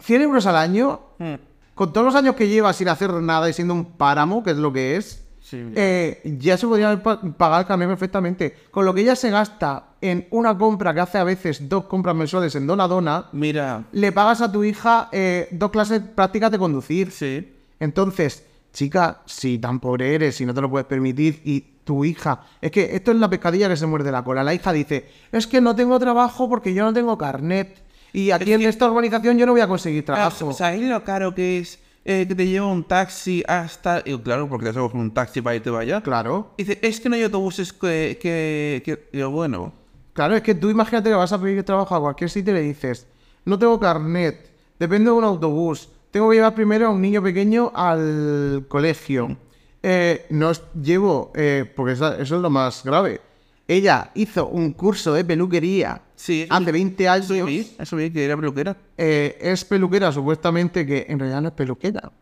100 euros al año, Mm, con todos los años que lleva sin hacer nada y siendo un páramo, que es lo que es, Sí, mira. eh, ya se podría haber pa- pagar el camión perfectamente. Con lo que ella se gasta en una compra que hace a veces dos compras mensuales en Donadona, Mira, le pagas a tu hija eh, dos clases prácticas de conducir. sí. Entonces, chica, si tan pobre eres, si no te lo puedes permitir, y tu hija, es que esto es la pescadilla que se muerde la cola. La hija dice, es que no tengo trabajo porque yo no tengo carnet. Y aquí en esta urbanización yo no voy a conseguir trabajo. O sea, ¿y lo caro que es eh, que te lleva un taxi hasta. y claro, porque te has cogido un taxi para irte para allá. claro. Dice, es que no hay autobuses que. que, que... Y yo, bueno. Claro, es que tú imagínate que vas a pedir trabajo a cualquier sitio y le dices, no tengo carnet, dependo de un autobús, tengo que llevar primero a un niño pequeño al colegio. Eh, no os- llevo, eh, porque esa- eso es lo más grave. Ella hizo un curso de peluquería Sí, hace 20 años. Ah, Eso vi, eso vi que era peluquera. Eh, es peluquera, supuestamente, que en realidad no es peluquera.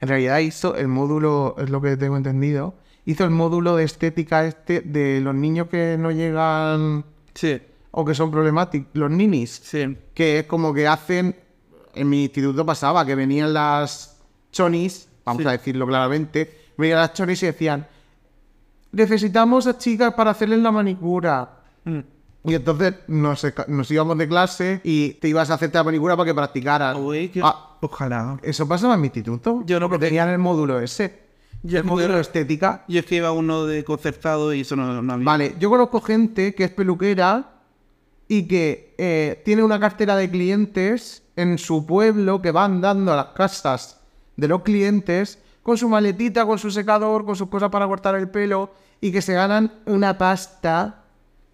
En realidad hizo el módulo, es lo que tengo entendido, hizo el módulo de estética este de los niños que no llegan Sí, o que son problemáticos, los ninis, sí. que es como que hacen, en mi instituto pasaba, que venían las chonis, vamos Sí. a decirlo claramente, venían las chonis y decían, necesitamos a chicas para hacerles la manicura. Mm. Y entonces nos, esca- nos íbamos de clase y te ibas a hacerte la manicura para que practicaras. Uy, qué- Ah, Ojalá. eso pasaba en mi instituto. Yo no, porque- tenían el módulo ese. Yo el no- módulo de estética. Yo es que iba uno de concertado y eso no, no había. Vale, yo conozco gente que es peluquera y que eh, tiene una cartera de clientes en su pueblo que van dando a las casas de los clientes con su maletita, con su secador, con sus cosas para cortar el pelo y que se ganan una pasta,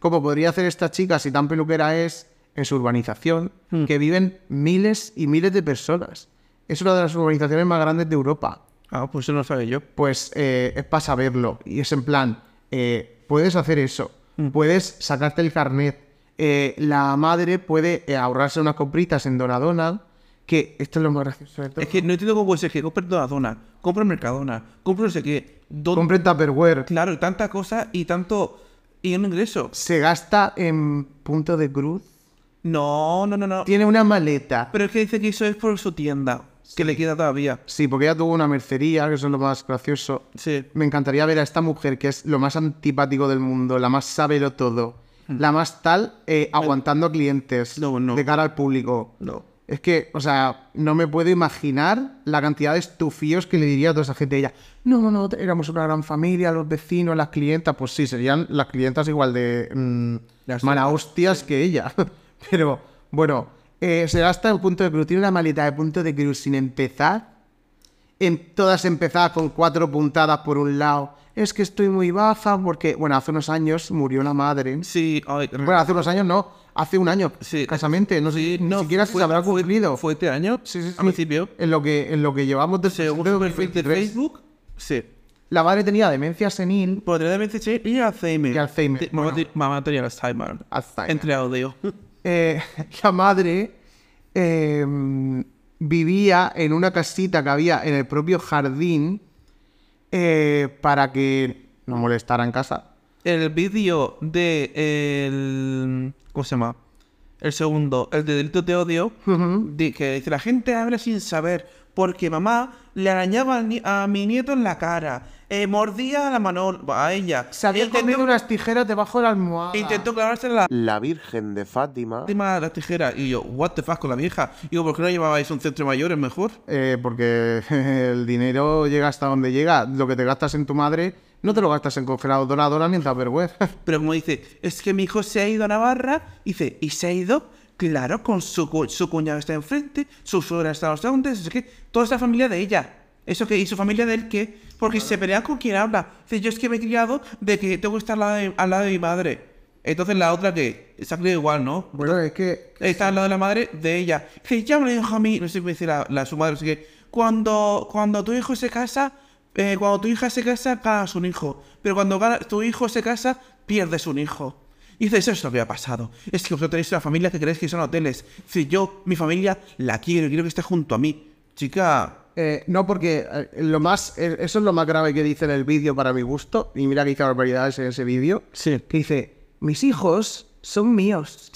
como podría hacer esta chica si tan peluquera es, en su urbanización, Hmm. que viven miles y miles de personas. Es una de las urbanizaciones más grandes de Europa Ah, pues eso no lo sabía yo. pues eh, es para saberlo. Y es en plan, eh, puedes hacer eso, Mm. puedes sacarte el carnet. Eh, la madre puede eh, ahorrarse unas compritas en Donadona, que esto es lo más gracioso de todo. Es que no entiendo cómo puede ser que compre Donadona, compre Mercadona, compre no sé qué. don- Compra en Tupperware, Claro, tanta cosa y tanto. Y un ingreso. se gasta en punto de cruz, No, no, no, no. tiene una maleta. Pero es que dice que eso es por su tienda, que le queda todavía. Sí, porque ella tuvo una mercería, que eso es lo más gracioso. Sí. Me encantaría ver a esta mujer, que es lo más antipático del mundo, la más sábelo todo, la más tal, eh, aguantando clientes Hmm. No, no. de cara al público. No. Es que, o sea, no me puedo imaginar la cantidad de estufíos que le diría a toda esa gente. Ella, no, no, éramos una gran familia, los vecinos, las clientas. Pues sí, serían las clientas igual de mm, Las mala hostias que ella. Pero, bueno, eh, se gasta el punto de cruz. Tiene una maleta de punto de cruz sin empezar. En, todas empezadas con cuatro puntadas por un lado. Es que estoy muy baja porque, bueno, hace unos años murió la madre. Sí, ay, Bueno, hace unos años no, hace un año, Sí. casamente, no sé, sí, ni siquiera se fue- habrá fue- ocurrido. Fue este año, Sí, sí, sí. al principio. En lo que, en lo que llevamos desde Según febrero su de perfil de 2023, Facebook, sí. la madre tenía demencia senil. Podría ser y Alzheimer. Y Alzheimer, Te- Mamá, bueno. te- mamá tenía Alzheimer. Alzheimer. Entre audio. Eh, la madre eh, vivía en una casita que había en el propio jardín eh, para que no molestara en casa. El vídeo de el... ¿Cómo se llama? El segundo, el de delito de odio, de que dice, la gente habla sin saber, porque mamá le arañaba al ni- a mi nieto en la cara, eh, mordía a la mano a ella, Se había comido intentó, unas tijeras debajo de la almohada. intentó clavarse la La Virgen de Fátima, última de las tijeras, y yo, what the fuck con la vieja, y digo, ¿por qué no llevabais un centro mayor, es mejor? Eh, porque el dinero llega hasta donde llega. Lo que te gastas en tu madre no te lo gastas en congelado donadora ni en Tupperware. Pero como dice, es que mi hijo se ha ido a Navarra, dice, y se ha ido, claro, con su, cu- su cuñado está enfrente, su suegra está a los es que toda esta familia de ella. Eso que, y su familia de él, que, porque se pelean con quien habla. Dice, yo es que me he criado de que tengo que estar al lado de, al lado de mi madre. Entonces la otra que se ha criado igual, ¿no? bueno, es que Está al lado de la madre de ella. Dice, ya me lo dijo a mí, no sé qué me dice la, la- su madre, así que cuando, cuando tu hijo se casa, eh, cuando tu hija se casa, ganas un hijo. Pero cuando gana- tu hijo se casa, pierdes un hijo. Y dice, eso es lo que ha pasado. Es que vosotros tenéis una familia que creéis que son hoteles. Si yo, mi familia, la quiero y quiero que esté junto a mí. Chica, Eh, no, porque eh, lo más, eh, eso es lo más grave que dice en el vídeo para mi gusto. Y mira que hice barbaridades en ese vídeo. Sí. Que dice, mis hijos son míos.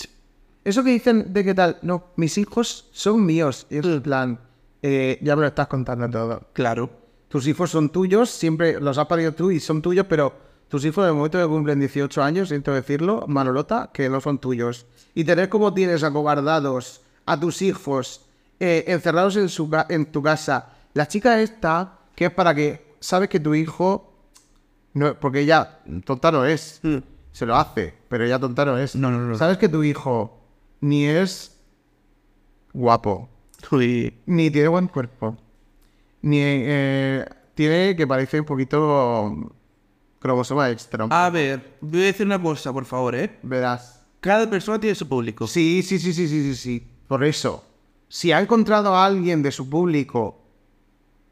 Eso que dicen de qué tal, no, mis hijos son míos. Y es en plan, eh, ya me lo estás contando todo. Claro. Tus hijos son tuyos, siempre los has parido tú y son tuyos, pero tus hijos en el momento que cumplen 18 años, siento decirlo, Manolota, que no son tuyos. Y tener como tienes acobardados a tus hijos eh, encerrados en, su ca- en tu casa. La chica esta, que es para que sabes que tu hijo, no, porque ella tonta no es, se lo hace, pero ella tonta no es. Hmm. No, no, no. Sabes que tu hijo ni es guapo, Uy. ni tiene buen cuerpo. Ni eh, tiene que parece un poquito mm, cromosoma extra. A ver, voy a decir una cosa, por favor, ¿eh? Verás. Cada persona tiene su público. Sí, sí, sí, sí, sí, sí, sí. Por eso. Si ha encontrado a alguien de su público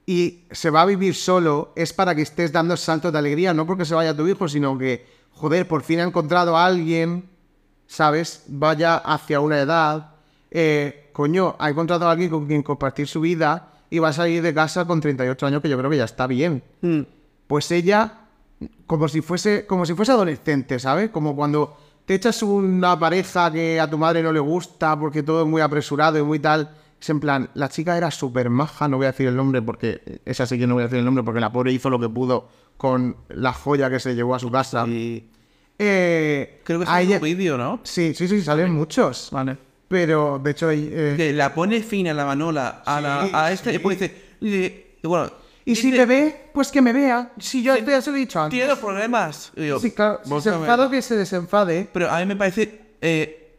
y se va a vivir solo, es para que estés dando saltos de alegría, no porque se vaya tu hijo, sino que, joder, por fin ha encontrado a alguien, ¿sabes? Vaya hacia una edad. eh, coño, ha encontrado a alguien con quien compartir su vida y va a salir de casa con 38 años, que yo creo que ya está bien Mm. pues ella como si fuese como si fuese adolescente, ¿sabes? Como cuando te echas una pareja que a tu madre no le gusta porque todo es muy apresurado y muy tal. Es en plan, la chica era súper maja, no voy a decir el nombre porque es así que no voy a decir el nombre porque la pobre hizo lo que pudo con la joya que se llevó a su casa. Y Eh, creo que es a ella- un vídeo, ¿no? Sí, sí, sí, salen muchos. Vale. Pero, de hecho, eh, Que la pone fina la manola a, la, Sí, a esta y sí. después dice. dice- y bueno. y si dice, me ve, pues que me vea. Si yo Sí. ya se lo he dicho antes. Tiene dos problemas. Y yo, Sí, claro, si vos se también. enfada, que se desenfade. Pero a mí me parece. eh,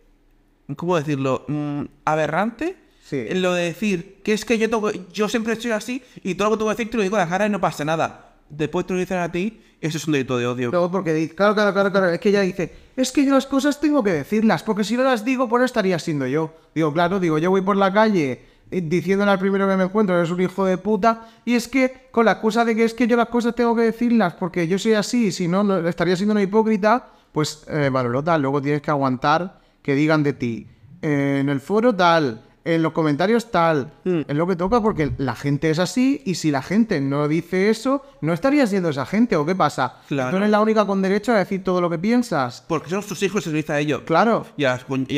¿Cómo decirlo? Mm, aberrante. Sí. Lo de decir que es que yo tengo, yo siempre estoy así y todo lo que tengo que decir te lo digo a la cara y no pasa nada. Después te lo dicen a ti, eso es un delito de odio. Luego porque dice, claro, claro, claro, claro, es que ella dice, es que yo las cosas tengo que decirlas, porque si no las digo, pues no estaría siendo yo. Digo, claro, digo, yo voy por la calle eh, diciéndole al primero que me encuentro, eres un hijo de puta, y es que con la excusa de que es que yo las cosas tengo que decirlas, porque yo soy así, y si no, no- estaría siendo una hipócrita, pues, eh, Manolota, luego tienes que aguantar que digan de ti, eh, en el foro tal, en los comentarios tal, es lo que toca porque la gente es así y si la gente no dice eso, no estaría siendo esa gente o qué pasa. Claro. Tú eres la única con derecho a decir todo lo que piensas. Porque son sus hijos y se lo dice a ellos. Claro. Y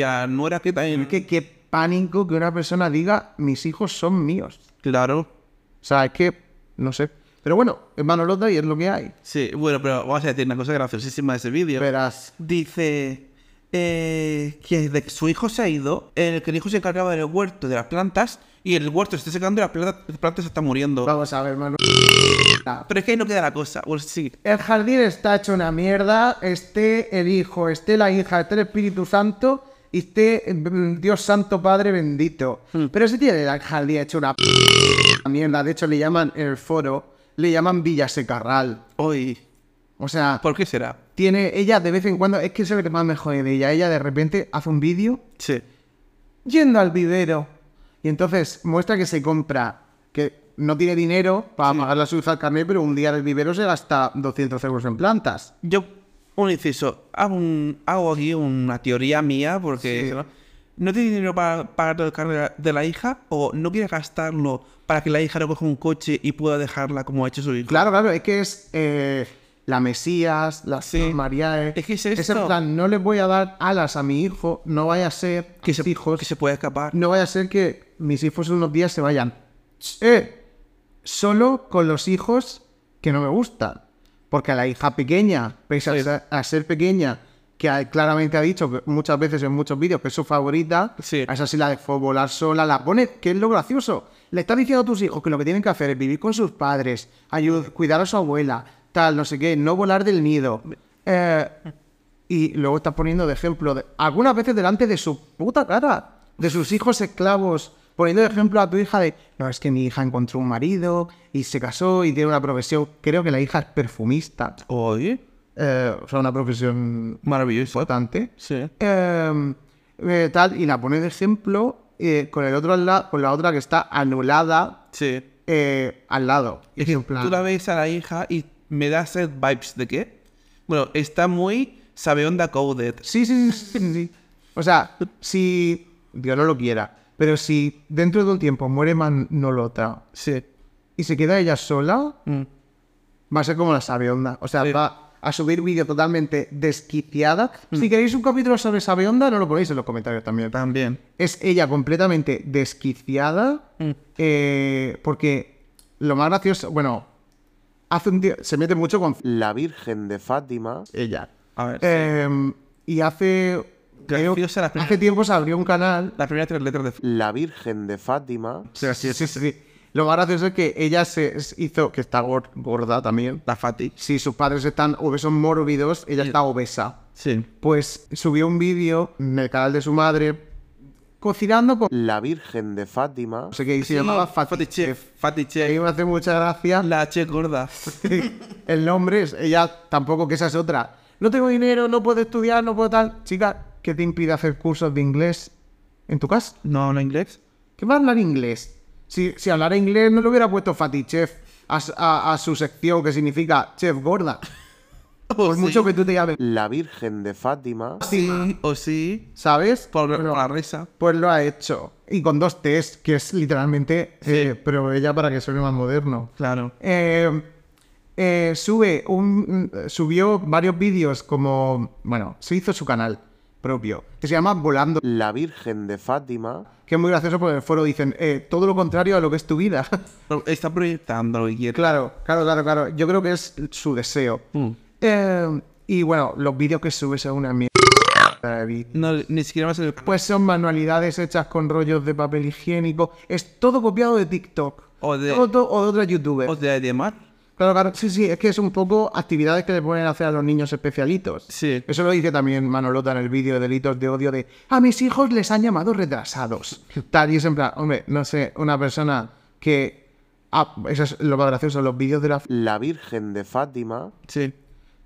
a, no era que también. Que qué pánico que una persona diga mis hijos son míos. Claro. O sea, es que no sé. Pero bueno, es Manolota y es lo que hay. Sí, bueno, pero vamos a decir una cosa graciosísima de ese vídeo. Verás. Dice eh, que desde que su hijo se ha ido, el que el hijo se encargaba del huerto, de las plantas, y el huerto se está secando y las plantas, las plantas se están muriendo. Vamos a ver, Manolo. Pero es que ahí no queda la cosa. Bueno, sí. El jardín está hecho una mierda, esté el hijo, esté la hija, esté el Espíritu Santo y esté eh, mm, Dios Santo Padre bendito. Pero si tiene el jardín hecho una p- mierda, de hecho le llaman en el foro, le llaman Villa Secarral. Hoy. O sea, ¿Por qué será? tiene ella de vez en cuando, es que eso es lo que más me jode de ella, ella de repente hace un vídeo Sí. yendo al vivero. Y entonces muestra que se compra, que no tiene dinero para pagar la suiza al carnet, pero un día en el vivero se gasta 200 euros en plantas. Yo, un inciso. Hago, un- hago aquí una teoría mía porque... Sí. ¿no? ¿No tiene dinero para pagar el carnet de la- de la hija? ¿O no quiere gastarlo para que la hija no coja un coche y pueda dejarla como ha hecho su hijo? Claro, claro, es que es eh, la Mesías, la Sí. María. Es que es en esto. plan, no le voy a dar alas a mi hijo, no vaya a ser Que mis se, hijos, que se puede escapar. no vaya a ser que mis hijos unos días se vayan. Eh, solo con los hijos que no me gustan. Porque a la hija pequeña, pese a Sí. ser- a, ser pequeña, que ha- claramente ha dicho que muchas veces en muchos vídeos que es su favorita, Sí. a esa sí la dejó volar sola, la pone, que es lo gracioso. Le está diciendo a tus hijos que lo que tienen que hacer es vivir con sus padres, ayud- cuidar a su abuela, tal, no sé qué, no volar del nido. Eh, y luego estás poniendo de ejemplo, de- algunas veces delante de su puta cara, de sus hijos esclavos, poniendo de ejemplo a tu hija de, no, es que mi hija encontró un marido y se casó y tiene una profesión, creo que la hija es perfumista, Oye, eh, o sea, una profesión maravilloso. importante. Sí. Eh, eh, tal, y la pone de ejemplo eh, con el otro al la- con la otra que está anulada Sí. eh, al lado. Es Y que en plan, tú la ves a la hija y me da set vibes de qué. Bueno, está muy sabeonda coded. Sí, sí, sí, sí, sí. O sea, si Dios no lo quiera, pero si dentro de un tiempo muere Manolota Sí. y se queda ella sola, Mm. va a ser como la sabionda. O sea, Sí. va a subir vídeos totalmente desquiciada. Si queréis un capítulo sobre Sabionda, no lo ponéis en los comentarios también. También. Es ella completamente desquiciada. eh, porque lo más gracioso, bueno, hace un día, se mete mucho con La Virgen de Fátima. ella. A ver. Eh, y hace. Graciosa la primera- hace tiempo se abrió un canal. Las primeras tres letras de F. La Virgen de Fátima. Sí, sí, sí. Lo más gracioso es que ella se se hizo, que está gor- gorda también. La Fati. Si sus padres están obesos mórbidos, ella está obesa. Sí. Pues subió un vídeo en el canal de su madre cocinando con. La Virgen de Fátima. No sé qué, y se llamaba Fatty Chef. Fati Y Chef. me hace mucha gracia La Che gorda. el nombre es ella tampoco, que esa es otra. No tengo dinero, no puedo estudiar, no puedo tal. Chica, ¿qué te impide hacer cursos de inglés en tu casa? No habla inglés. ¿Qué va a hablar inglés? Si, si hablara inglés no le hubiera puesto Fatty Chef a, s- a- a su sección que significa Chef Gorda. O Por mucho Oh, sí. Oh, que tú te llames, La Virgen de Fátima. Sí, o sí. ¿sabes? Por, Pero, por la risa. pues lo ha hecho. Y con dos T's, que es literalmente, eh, pero ella para que suene más moderno. Claro. Eh, eh, sube un, mm, subió varios vídeos como, bueno, se hizo su canal propio, que se llama Volando, La Virgen de Fátima. que es muy gracioso porque en el foro dicen, eh, todo lo contrario a lo que es tu vida. Pero Está proyectando lo que quiere. Claro, claro, claro, claro. Yo creo que es su deseo. Mm. Eh, y bueno, los vídeos que sube son una mierda. de vídeo. No, ni siquiera más el. Pues son manualidades hechas con rollos de papel higiénico. Es todo copiado de TikTok. O de- Todo- o de otra youtuber. O de Ademar. Claro, claro. Sí, sí, es que es un poco actividades que le ponen a hacer a los niños especialitos. Sí. Eso lo dice también Manolota en el vídeo de Delitos de Odio de a mis hijos les han llamado retrasados. Tal, y es en plan, hombre, no sé, una persona que... Ah, eso es lo más gracioso, los vídeos de la La Virgen de Fátima. Sí.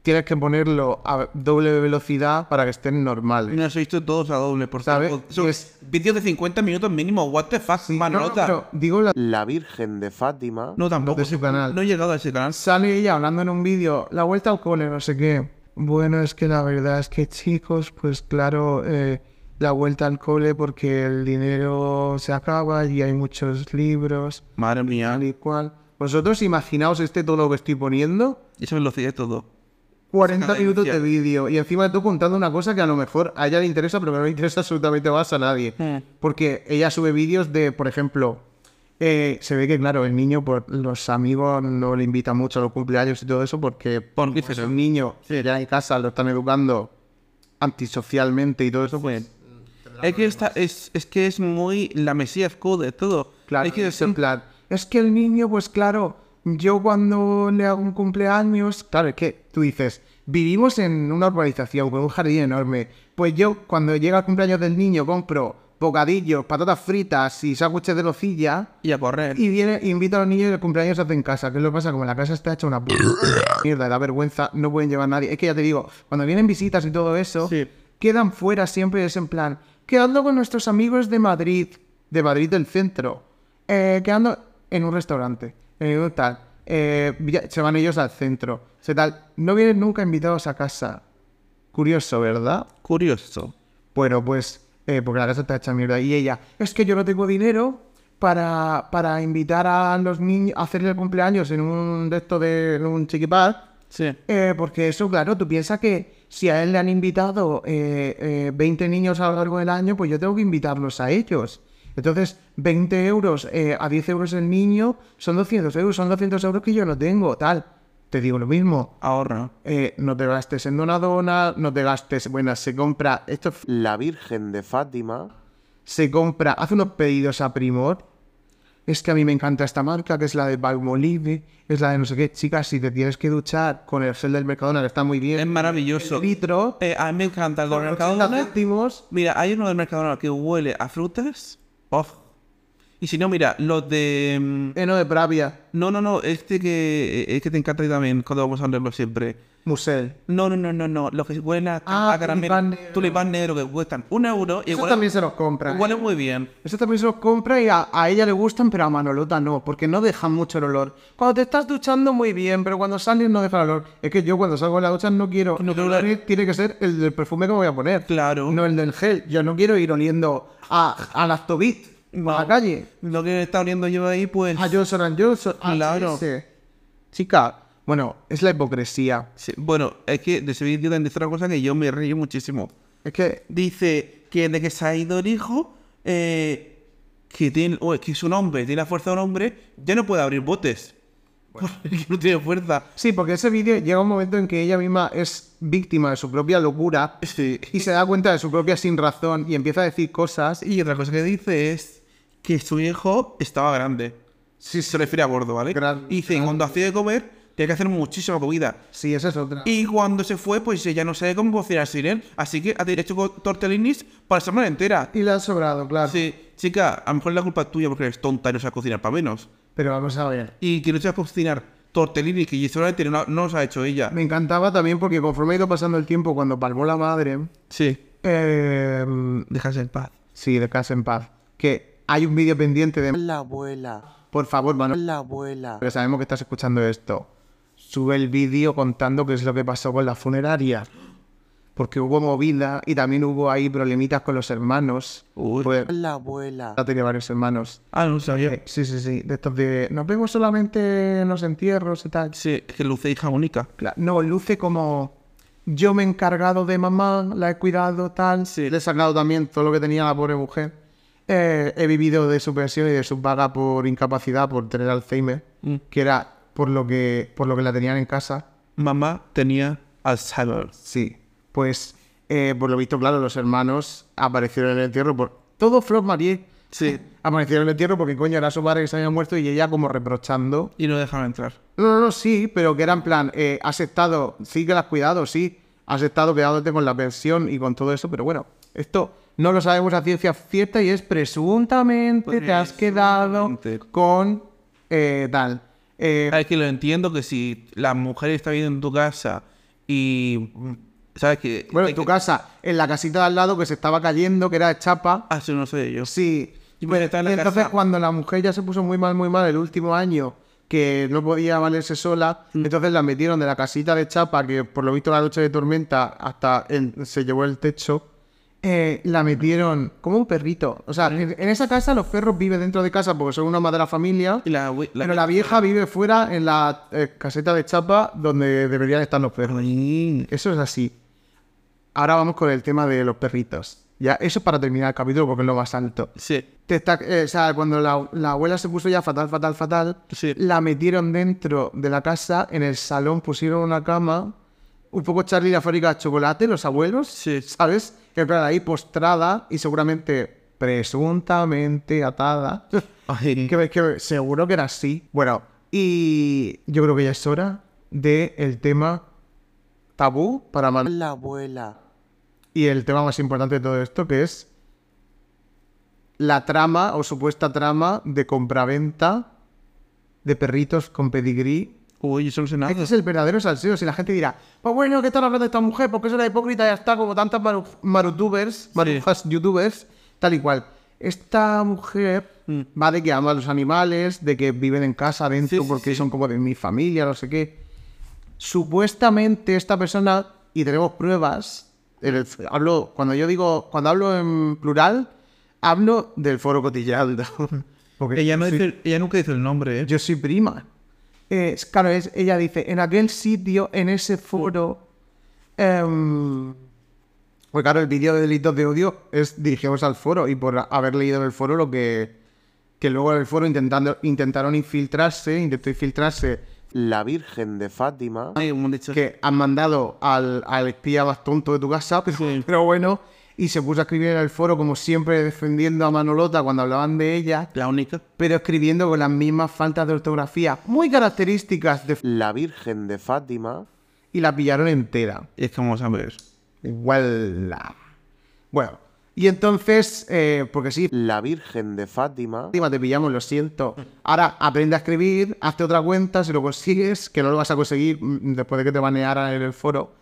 tienes que ponerlo a doble velocidad para que estén normales. No los he visto todos a doble, por ¿Sabe? favor. Son Pues- Vídeos de 50 minutos mínimo. What the fuck, No, no, Manota. pero digo, la- La Virgen de Fátima. No, tampoco. de su canal. No he llegado a ese canal. sale ella hablando en un vídeo, la vuelta al cole, no sé qué. Bueno, es que la verdad es que chicos, pues claro, eh, la vuelta al cole porque el dinero se acaba y hay muchos libros, Madre mía. tal y cual. Vosotros imaginaos este todo lo que estoy poniendo, Y esa velocidad es todo. 40 Saca minutos de denuncia. vídeo y encima tú contando una cosa que a lo mejor a ella le interesa, pero que no le interesa absolutamente más a nadie. Mm. Porque ella sube vídeos de, por ejemplo, eh, se ve que, claro, el niño por los amigos no le invita mucho a los cumpleaños y todo eso porque Por qué como es será? un niño ya en casa lo están educando antisocialmente y todo eso, pues... Es que, esta, es, es que es muy la Mesías Code, todo. Claro, es que es en plan, es que el niño, pues claro, yo cuando le hago un cumpleaños, claro, es que tú dices, vivimos en una urbanización con un jardín enorme, pues yo cuando llega el cumpleaños del niño compro bocadillos, patatas fritas y sándwiches de locilla Y a correr. y viene, invita a los niños y el cumpleaños se hace en casa, que es lo que pasa, como la casa está hecha una puta mierda, da vergüenza, no pueden llevar a nadie, es que ya te digo, cuando vienen visitas y todo eso, Sí. quedan fuera siempre, es en plan, quedando con nuestros amigos de Madrid, de Madrid del centro, eh, quedando en un restaurante, en un tal, eh, ya- se van ellos al centro, se tal, no vienen nunca invitados a casa. Curioso, ¿verdad? Curioso. Bueno, pues, eh, porque la casa está hecha mierda. Y ella, es que yo no tengo dinero para, para invitar a los niños a hacerle el cumpleaños en un de esto de en un chiquipad. Sí. Eh, porque eso, claro, tú piensas que si a él le han invitado eh, eh, 20 niños a lo largo del año, pues yo tengo que invitarlos a ellos. Entonces, 20 euros eh, a 10 euros el niño son 200 euros, son 200 euros que yo no tengo, tal. Te digo lo mismo. Ahorra. Eh, no te gastes en una dona, no te gastes, bueno, se compra, esto es La Virgen de Fátima. se compra, hace unos pedidos a Primor. Es que a mí me encanta esta marca, que es la de Palmolive, es la de no sé qué. Chicas, si te tienes que duchar con el gel del Mercadona, que está muy bien. Es maravilloso. El litro, Eh, a mí me encanta el del con Mercadona. 80 céntimos. Mira, hay uno del Mercadona que huele a frutas. Uf. Y si no, mira, los de... mm, Eno de Pravia, No, no, no, este que, eh, que te encanta a ti también cuando vamos a leerlo siempre. Musel. No, no, no, no, no. Los que huelen a, Ah, a caramelo. tulipán negro. Tulipán negro que cuestan un euro. Y Eso huelen- también se los compra. ¿eh? huelen muy bien. Eso también se los compra y a, a ella le gustan, pero a Manolota no, porque no dejan mucho el olor. Cuando te estás duchando muy bien, pero cuando sales no deja el olor. Es que yo cuando salgo de la ducha no quiero... No quiero el oler. olor Tiene que ser el del perfume que me voy a poner. Claro. No el del gel. Yo no quiero ir oliendo a, a Lactobit No. a la calle. Ah, Lo que está oliendo yo ahí, pues... A Johnson Johnson. a Claro. ese. Chica, Bueno, es la hipocresía. Sí, Bueno, es que de ese vídeo también dice una cosa que yo me reí muchísimo. Es que Dice que de que se ha ido el hijo, eh, que, tiene, o es que es un hombre, tiene la fuerza de un hombre, ya no puede abrir botes. Porque no tiene fuerza. Sí, porque ese vídeo llega un momento en que ella misma es víctima de su propia locura Sí. y se da cuenta de su propia sin razón y empieza a decir cosas. Y otra cosa que dice es que su hijo estaba grande. Si se refiere a gordo, ¿vale? Gran- y dice, grande. cuando hacía de comer, tenía que hacer muchísima comida. Sí, esa es otra. Y cuando se fue, pues ella no sabe cómo cocinar sin él. Así que ha hecho co- tortellinis para la semana entera. Y le ha sobrado, claro. Sí, chica, a lo mejor la culpa es tuya porque eres tonta y no sabes cocinar para menos. Pero vamos a ver. Y que no sabes cocinar tortellinis que seguramente no, la- no los ha hecho ella. Me encantaba también porque conforme ha ido pasando el tiempo cuando palmó la madre, Sí, eh, dejarse en paz. sí, de casa en paz, que hay un vídeo pendiente de... La abuela, Por favor, Manuel, la abuela. porque sabemos que estás escuchando esto. Sube el vídeo contando qué es lo que pasó con la funeraria. Porque hubo movida y también hubo ahí problemitas con los hermanos. Uy. Pues- La abuela. Ya tenía varios hermanos. Ah, no sabía. Sí, sí, sí. De estos de. Nos vemos solamente en los entierros y tal. Sí, es que luce hija única. Cla- No, luce como. Yo me he encargado de mamá, la he cuidado, tal. Sí. Le he sacado también todo lo que tenía la pobre mujer. Eh, he vivido de su pensión y de su paga por incapacidad, por tener Alzheimer, Mm. que era por lo que, por lo que la tenían en casa. Mamá tenía Alzheimer. Sí. Pues, eh, por lo visto, claro, los hermanos aparecieron en el entierro por. Todo Flor Marie Sí, aparecieron en el entierro porque, coño, era su padre que se había muerto y ella como reprochando. y no dejaron entrar. No, no, no, sí, pero que era en plan, eh, has estado, sí que la has cuidado, sí, has estado quedándote con la pensión y con todo eso, pero bueno, esto no lo sabemos a ciencia cierta y es presuntamente te has quedado Presuntamente. con eh, tal. Eh, Es que lo entiendo que si la mujer está viviendo en tu casa y. mm, ¿Sabes que bueno, te- en tu casa, en la casita de al lado que se estaba cayendo, que era de chapa, Ah, eso no sé yo. Sí. Y pues está en la entonces casa. cuando la mujer ya se puso muy mal, muy mal el último año, que no podía valerse sola, Mm. entonces la metieron de la casita de chapa, que por lo visto la noche de tormenta hasta el- se llevó el techo, eh, la metieron como un perrito. O sea, en, en esa casa los perros viven dentro de casa porque son una más de la familia, Y la, we- la- pero la vieja vive fuera en la eh, caseta de chapa donde deberían estar los perros. Ay, Eso es así. Ahora vamos con el tema de los perritos. Ya, eso es para terminar el capítulo porque es lo más alto. Sí. Te está- eh, o sea, cuando la, la abuela se puso ya fatal, fatal, fatal, Sí. la metieron dentro de la casa, en el salón pusieron una cama, un poco Charlie la fábrica de chocolate, los abuelos, Sí. ¿sabes? Que claro, ahí postrada y seguramente, presuntamente atada. Ay, que, que seguro que era así. Bueno, y yo creo que ya es hora del el tema tabú para Manuel La abuela. y el tema más importante de todo esto, que es la trama o supuesta trama de compraventa de perritos con pedigrí. Uy, eso no sé nada. Este es el verdadero salseo. Si la gente dirá, pues bueno, ¿qué están hablando de esta mujer? Porque es una hipócrita ya está, como tantas maru- marutubers, marujas youtubers, tal y cual. Esta mujer Mm. va de que ama a los animales, de que viven en casa adentro Sí, sí, porque sí. son como de mi familia, no sé qué supuestamente esta persona, y tenemos pruebas, en el- hablo, cuando yo digo, cuando hablo en plural, hablo del foro cotillado. Porque Ella, no soy- dice, ella nunca dice el nombre, ¿eh? yo soy prima. Eh, es- claro, es- ella dice, en aquel sitio, en ese foro... em, pues claro, el vídeo de delitos de odio es dirigimos al foro y por haber leído en el foro lo que... Que luego en el foro intentando, intentaron infiltrarse, intentó infiltrarse La Virgen de Fátima. Ay, eh, como han dicho. que han mandado al, al espía más tonto de tu casa, pero, Sí. pero bueno, y se puso a escribir en el foro como siempre defendiendo a Manolota cuando hablaban de ella, La única. pero escribiendo con las mismas faltas de ortografía muy características de... La Virgen de Fátima. Y la pillaron entera. Es que vamos a ver. Iguala. Bueno, y entonces, eh, porque sí, La Virgen de Fátima. Fátima, te pillamos, lo siento. Ahora aprende a escribir, hazte otra cuenta, si lo consigues, que no lo vas a conseguir mm, después de que te banearan en el foro.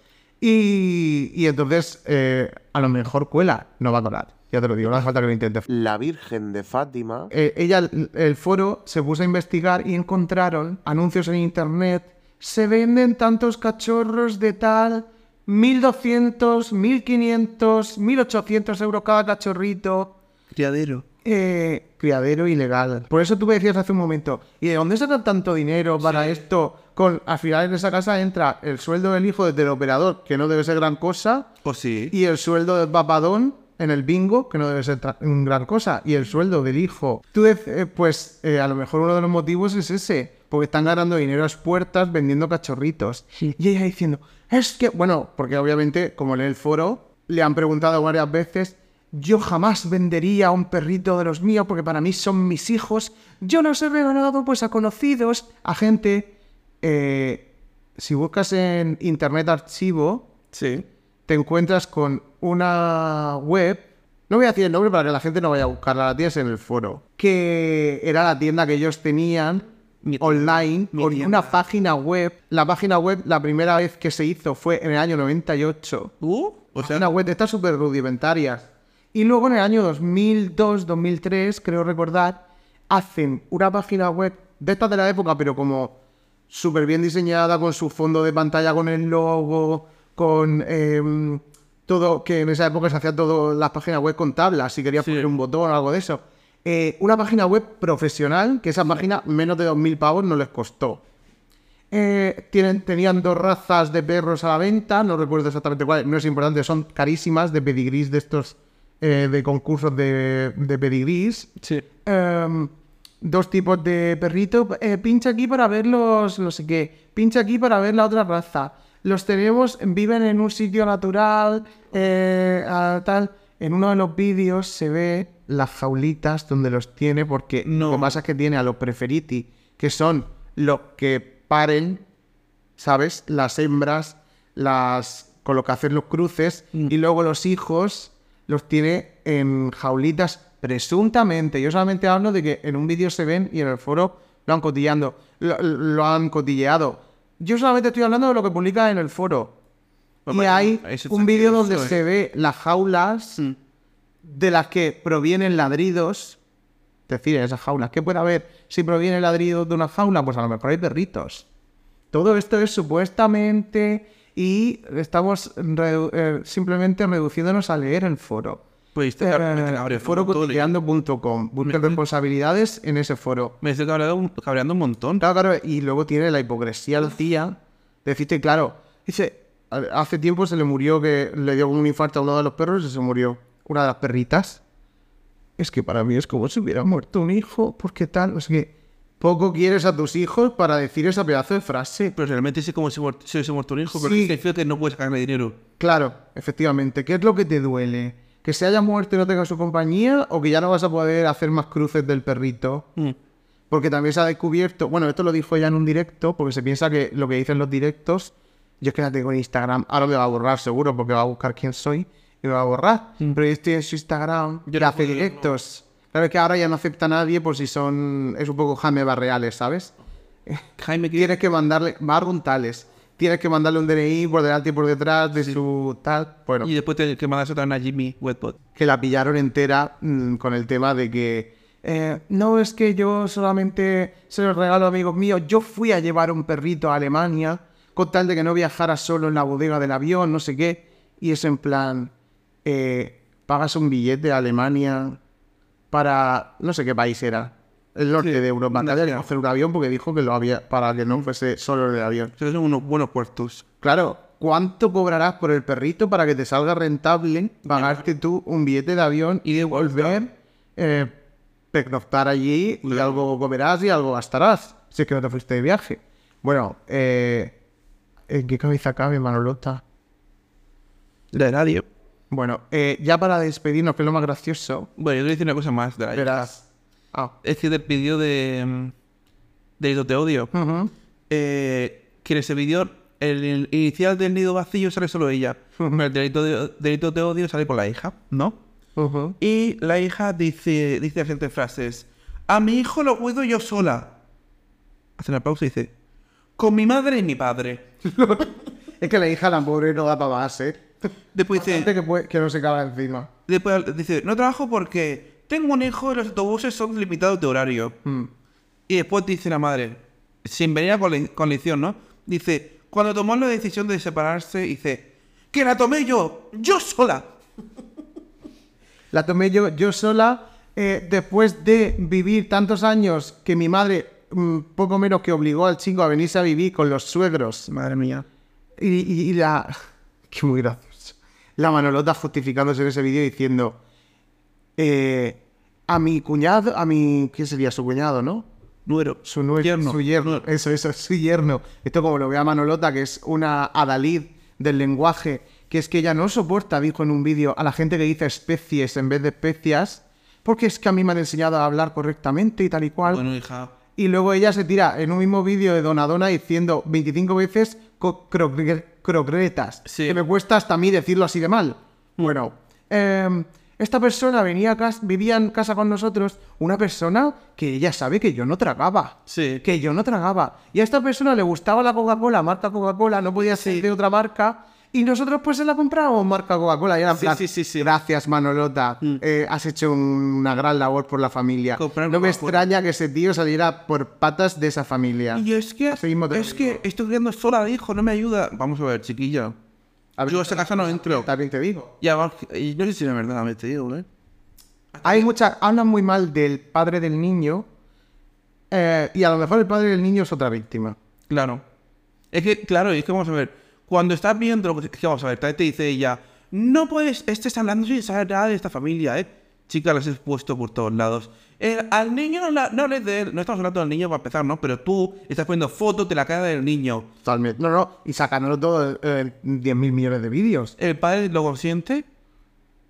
Y, y entonces, eh, a lo mejor cuela, no va a colar. Ya te lo digo, no hace falta que lo intentes. La Virgen de Fátima. Eh, ella, el- el foro, se puso a investigar y encontraron anuncios en internet. Se venden tantos cachorros de tal, 1200, 1500, 1800 euros cada cachorrito. Criadero. eh, criadero ilegal. Por eso tú me decías hace un momento, ¿y de dónde sacan tanto dinero para esto? Con, al final en esa casa entra el sueldo del hijo del operador, que no debe ser gran cosa, O Oh, sí. y el sueldo del papadón en el bingo, que no debe ser tra- un gran cosa, y el sueldo del hijo. Tú dec- eh, pues eh, a lo mejor uno de los motivos es ese, porque están ganando dinero a las puertas vendiendo cachorritos. Y ella diciendo, es que, bueno, porque obviamente, como lee el foro, le han preguntado varias veces, yo jamás vendería a un perrito de los míos porque para mí son mis hijos, yo los he regalado pues a conocidos, a gente... Eh, si buscas en Internet Archivo, Sí. te encuentras con una web, no voy a decir el nombre para que la gente no vaya a buscarla, la tienes en el foro, que era la tienda que ellos tenían Mi- online mi con tienda. una página web. La página web, la primera vez que se hizo fue en el año 98. Uh, o sea, Ah, Una web de estas súper rudimentarias. Y luego en el año 2002, 2003, creo recordar, hacen una página web de estas de la época, pero como súper bien diseñada, con su fondo de pantalla, con el logo, con em, todo, que en esa época se hacía todo las páginas web con tablas, si querías Sí. poner un botón o algo de eso. Eh, una página web profesional, que esa página menos de 2.000 pavos no les costó. Eh, tienen, tenían dos razas de perros a la venta, no recuerdo exactamente cuáles, no es importante, son carísimas de pedigrís de estos, eh, de concursos de, de pedigrís. sí. Em, dos tipos de perrito, eh, pincha aquí para ver los, no sé qué, pincha aquí para ver la otra raza. Los tenemos, viven en un sitio natural, eh, a tal. En uno de los vídeos se ve las jaulitas donde los tiene, porque No. lo que pasa es que tiene a los preferiti, que son los que paren ¿sabes? Las hembras, las colocaciones, los cruces, Mm. y luego los hijos los tiene en jaulitas presuntamente. Yo solamente hablo de que en un vídeo se ven y en el foro lo han cotillando, lo, lo han cotilleado. Yo solamente estoy hablando de lo que publica en el foro. Y Hombre, hay eso un pues, está vídeo bien, donde eso, se eh. Mm. ve las jaulas de las que provienen ladridos. Es decir, esas jaulas. ¿Qué puede haber si proviene ladridos de una jaula? Pues a lo mejor hay perritos. Todo esto es supuestamente y estamos redu- eh, simplemente reduciéndonos a leer el foro. Pues te Eh, Forocotilleando.com. Busca responsabilidades en ese foro. Me estoy cabreando, un- cabreando un montón. Claro, claro, y luego tiene la hipocresía al tía. Decirte, claro, dice, a- hace tiempo se le murió que le dio un infarto a uno de los perros y se murió una de las perritas. Es que para mí es como si hubiera muerto un hijo, porque tal, o sea que poco quieres a tus hijos para decir esa pedazo de frase. Pero realmente es como si muer- si hubiese muerto un hijo, porque Sí. es que fíjate, no puedes sacarme dinero. Claro, efectivamente, ¿qué es lo que te duele? ¿Que se haya muerto y no tenga su compañía o que ya no vas a poder hacer más cruces del perrito? Mm. Porque también se ha descubierto, bueno, esto lo dijo ella en un directo, porque se piensa que lo que dicen los directos, yo es que la tengo en Instagram, ahora me va a borrar seguro, porque va a buscar quién soy y me va a borrar. Pero yo estoy en su Instagram, Mm. Yo yo no hace puedo, directos. Claro es que ahora ya no acepta a nadie por si son, es un poco Jaime Barreales, ¿sabes? Jaime, ¿qué? Tienes que mandarle, Marron Tales, tienes que mandarle un DNI por delante y por detrás de su tal, bueno Y después te, que mandas otra a Jimmy Wetbot. que la pillaron entera mm, con el tema de que eh, no es que yo solamente se los regalo a amigos míos, yo fui a llevar un perrito a Alemania con tal de que no viajara solo en la bodega del avión, no sé qué, y es en plan, eh, pagas un billete a Alemania para no sé qué país era, el norte Sí, de Europa, una Había que ciudad. coger un avión porque dijo que lo había, para que no fuese solo en el avión. Esos son unos buenos puertos. Claro, ¿cuánto cobrarás por el perrito para que te salga rentable pagarte tú un billete de avión y de volver, eh, pernoctar allí y algo comerás y algo gastarás? Si es que no te fuiste de viaje. Bueno, eh, ¿en qué cabeza cabe, Manolota? La de nadie. Bueno, eh, ya para despedirnos, que es lo más gracioso, Bueno, yo te voy a decir una cosa más. De la- verás. Ah. Es que del vídeo de. mm, de Yo Te Odio. Ujú. eh, que en ese vídeo, el, el inicial del nido vacío sale solo ella. Pero el delito de, delito de odio sale por la hija, ¿no? Ujú. Y la hija dice, dice las siguientes frases. A mi hijo lo cuido yo sola. Hace una pausa y dice, con mi madre y mi padre. Es que la hija, la pobre, no da para más, ¿eh? Después Gente dice, que, puede- que no se caga encima. después dice, no trabajo porque tengo un hijo y los autobuses son limitados de horario. Mm. Y después dice la madre, sin venir a coli- colisión, ¿no? Dice, cuando tomó la decisión de separarse, dice, que la tomé yo, yo sola. La tomé yo, yo sola. eh, después de vivir tantos años que mi madre mm, poco menos que obligó al chico a venirse a vivir con los suegros Madre mía. y, y- y la... Qué muy gracioso. La Manolota justificándose en ese vídeo diciendo... eh, a mi cuñado, a mi... ¿Qué sería? Su cuñado, ¿no? Nuero. Su nue- Yerno. Su yerno. Nuero. Eso, eso, su yerno. Esto como lo vea Manolota, que es una adalid del lenguaje, que es que ella no soporta, dijo en un vídeo, a la gente que dice especies en vez de especias, porque es que a mí me han enseñado a hablar correctamente y tal y cual. Bueno, hija. Y luego ella se tira en un mismo vídeo de Donadona diciendo 25 veces co- crocre- crocretas. Sí. Que me cuesta hasta a mí decirlo así de mal. Bueno, em, esta persona venía a cas- vivía en casa con nosotros, una persona que ella sabe que yo no tragaba. Sí. Que yo no tragaba. Y a esta persona le gustaba la Coca-Cola, marca Coca-Cola, no podía ser Sí. de otra marca. Y nosotros pues se la comprábamos marca Coca-Cola. Y era en Sí, plan, sí, sí, sí. gracias Manolota, Mm. eh, has hecho un- una gran labor por la familia. Comprar no me Coca-Cola. extraña extraña que ese tío saliera por patas de esa familia. Y es que, Así mismo te lo es que digo. estoy criando sola, hijo, no me ayuda. Vamos a ver, chiquilla. A ver, Yo a esta casa no entro. También te digo. Y además, y no sé si es verdad, me te digo, ¿eh? Hay muchas. Hablan muy mal del padre del niño. eh, y a lo mejor el padre del niño es otra víctima. Claro. Es que, claro, es que vamos a ver. Cuando estás viendo, lo que que vamos a ver, tal vez te dice ella, no puedes, estés hablando sin saber nada de esta familia, ¿eh? Chica, las he expuesto por todos lados. Eh, al niño no, la- no hables de él, no estamos hablando del niño para empezar, ¿no? Pero tú estás poniendo fotos de la cara del niño. Totalmente. No, no. Y sacándolo todo eh, 10.000 millones de vídeos. ¿El padre lo consiente?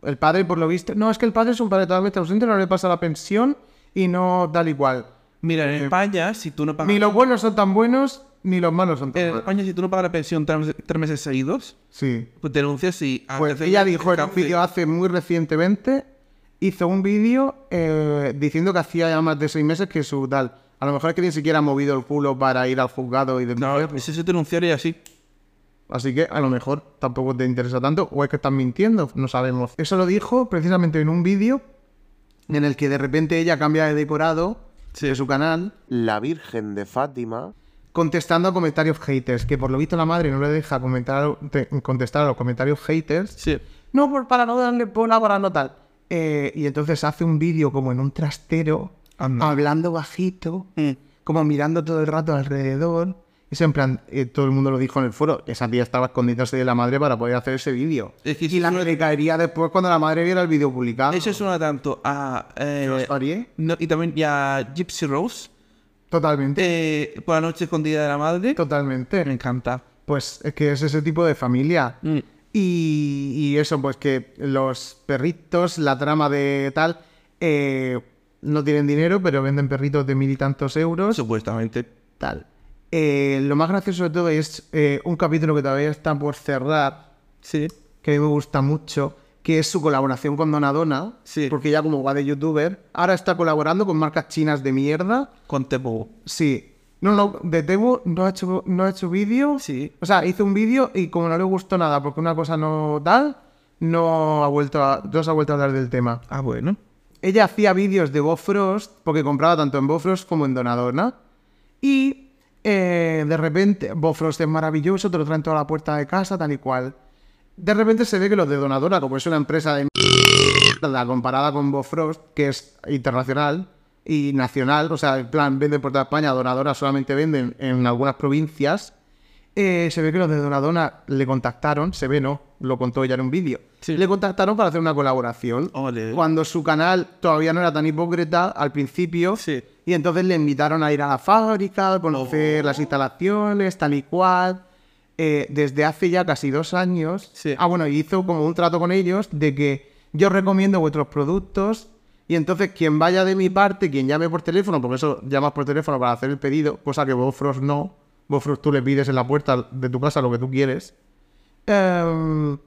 El padre, por lo visto. No, es que el padre es un padre totalmente ausente, no le pasa la pensión y no tal igual. Mira, en Eh, España, si tú no pagas... Ni los buenos son tan buenos, ni los malos son tan En malos. España, si tú no pagas la pensión tres meses- tres meses seguidos, Sí. pues te denuncias y... Pues ella dijo en un Cárcel. vídeo hace muy recientemente, hizo un vídeo eh, diciendo que hacía ya más de seis meses que su tal. A lo mejor es que ni siquiera ha movido el culo para ir al juzgado y de... No, pues ese es denunciar y así. Así que a lo mejor tampoco te interesa tanto o es que estás mintiendo, no sabemos. Eso lo dijo precisamente en un vídeo en el que de repente ella cambia de decorado de su canal La Virgen de Fátima, contestando a comentarios haters, que por lo visto la madre no le deja comentar, te- contestar a los comentarios haters. Sí. No, por, para no darle bola, para no tal. Eh, y entonces hace un vídeo como en un trastero, Anda. hablando bajito, eh, como mirando todo el rato alrededor. Eso en plan, eh, todo el mundo lo dijo en el foro, esa tía estaba escondiéndose de la madre para poder hacer ese vídeo. Es que y la eso- que le caería después cuando la madre viera el vídeo publicado. Eso suena tanto a... eh, Ah, Yo estaría no, y también y a Gypsy Rose. Totalmente. eh, por la noche escondida de la madre. eh, Me Totalmente. encanta. Pues es que es ese tipo de familia. Mm. Y, y eso, pues que los perritos, la trama de tal, eh, no tienen dinero, pero venden perritos de mil y tantos euros, Supuestamente. tal. Eh, lo más gracioso de todo es eh, un capítulo que todavía está por cerrar, Sí. que a mí me gusta mucho, que es su colaboración con Donadona, Sí. porque ya como va de youtuber, ahora está colaborando con marcas chinas de mierda. Con Tebo. Sí. No, no, de Tebo no ha hecho, no ha hecho vídeo. Sí. O sea, hizo un vídeo y como no le gustó nada porque una cosa no tal, no ha vuelto a, no se ha vuelto a hablar del tema. Ah, bueno. Ella hacía vídeos de Bob Frost porque compraba tanto en Bob Frost como en Donadona. Y eh, de repente, Bob Frost es maravilloso, te lo traen toda la puerta de casa, tal y cual. De repente se ve que los de Donadona, como es una empresa de mierda comparada con Bob Frost, que es internacional y nacional, o sea, en plan, venden por toda España, Donadona solamente venden en algunas provincias. eh, se ve que los de Donadona le contactaron, se ve, ¿no? Lo contó ella en un vídeo. Sí. Le contactaron para hacer una colaboración. Ole. Cuando su canal todavía no era tan hipócrita al principio. Sí. Y entonces le invitaron a ir a la fábrica, a Oh. conocer las instalaciones, tal y cual. Eh, desde hace ya casi dos años. Sí. Ah, bueno, hizo como un trato con ellos de que yo recomiendo vuestros productos. Y entonces quien vaya de mi parte, quien llame por teléfono, porque eso llamas por teléfono para hacer el pedido, cosa que Bofros no. Bofros tú le pides en la puerta de tu casa lo que tú quieres. Em,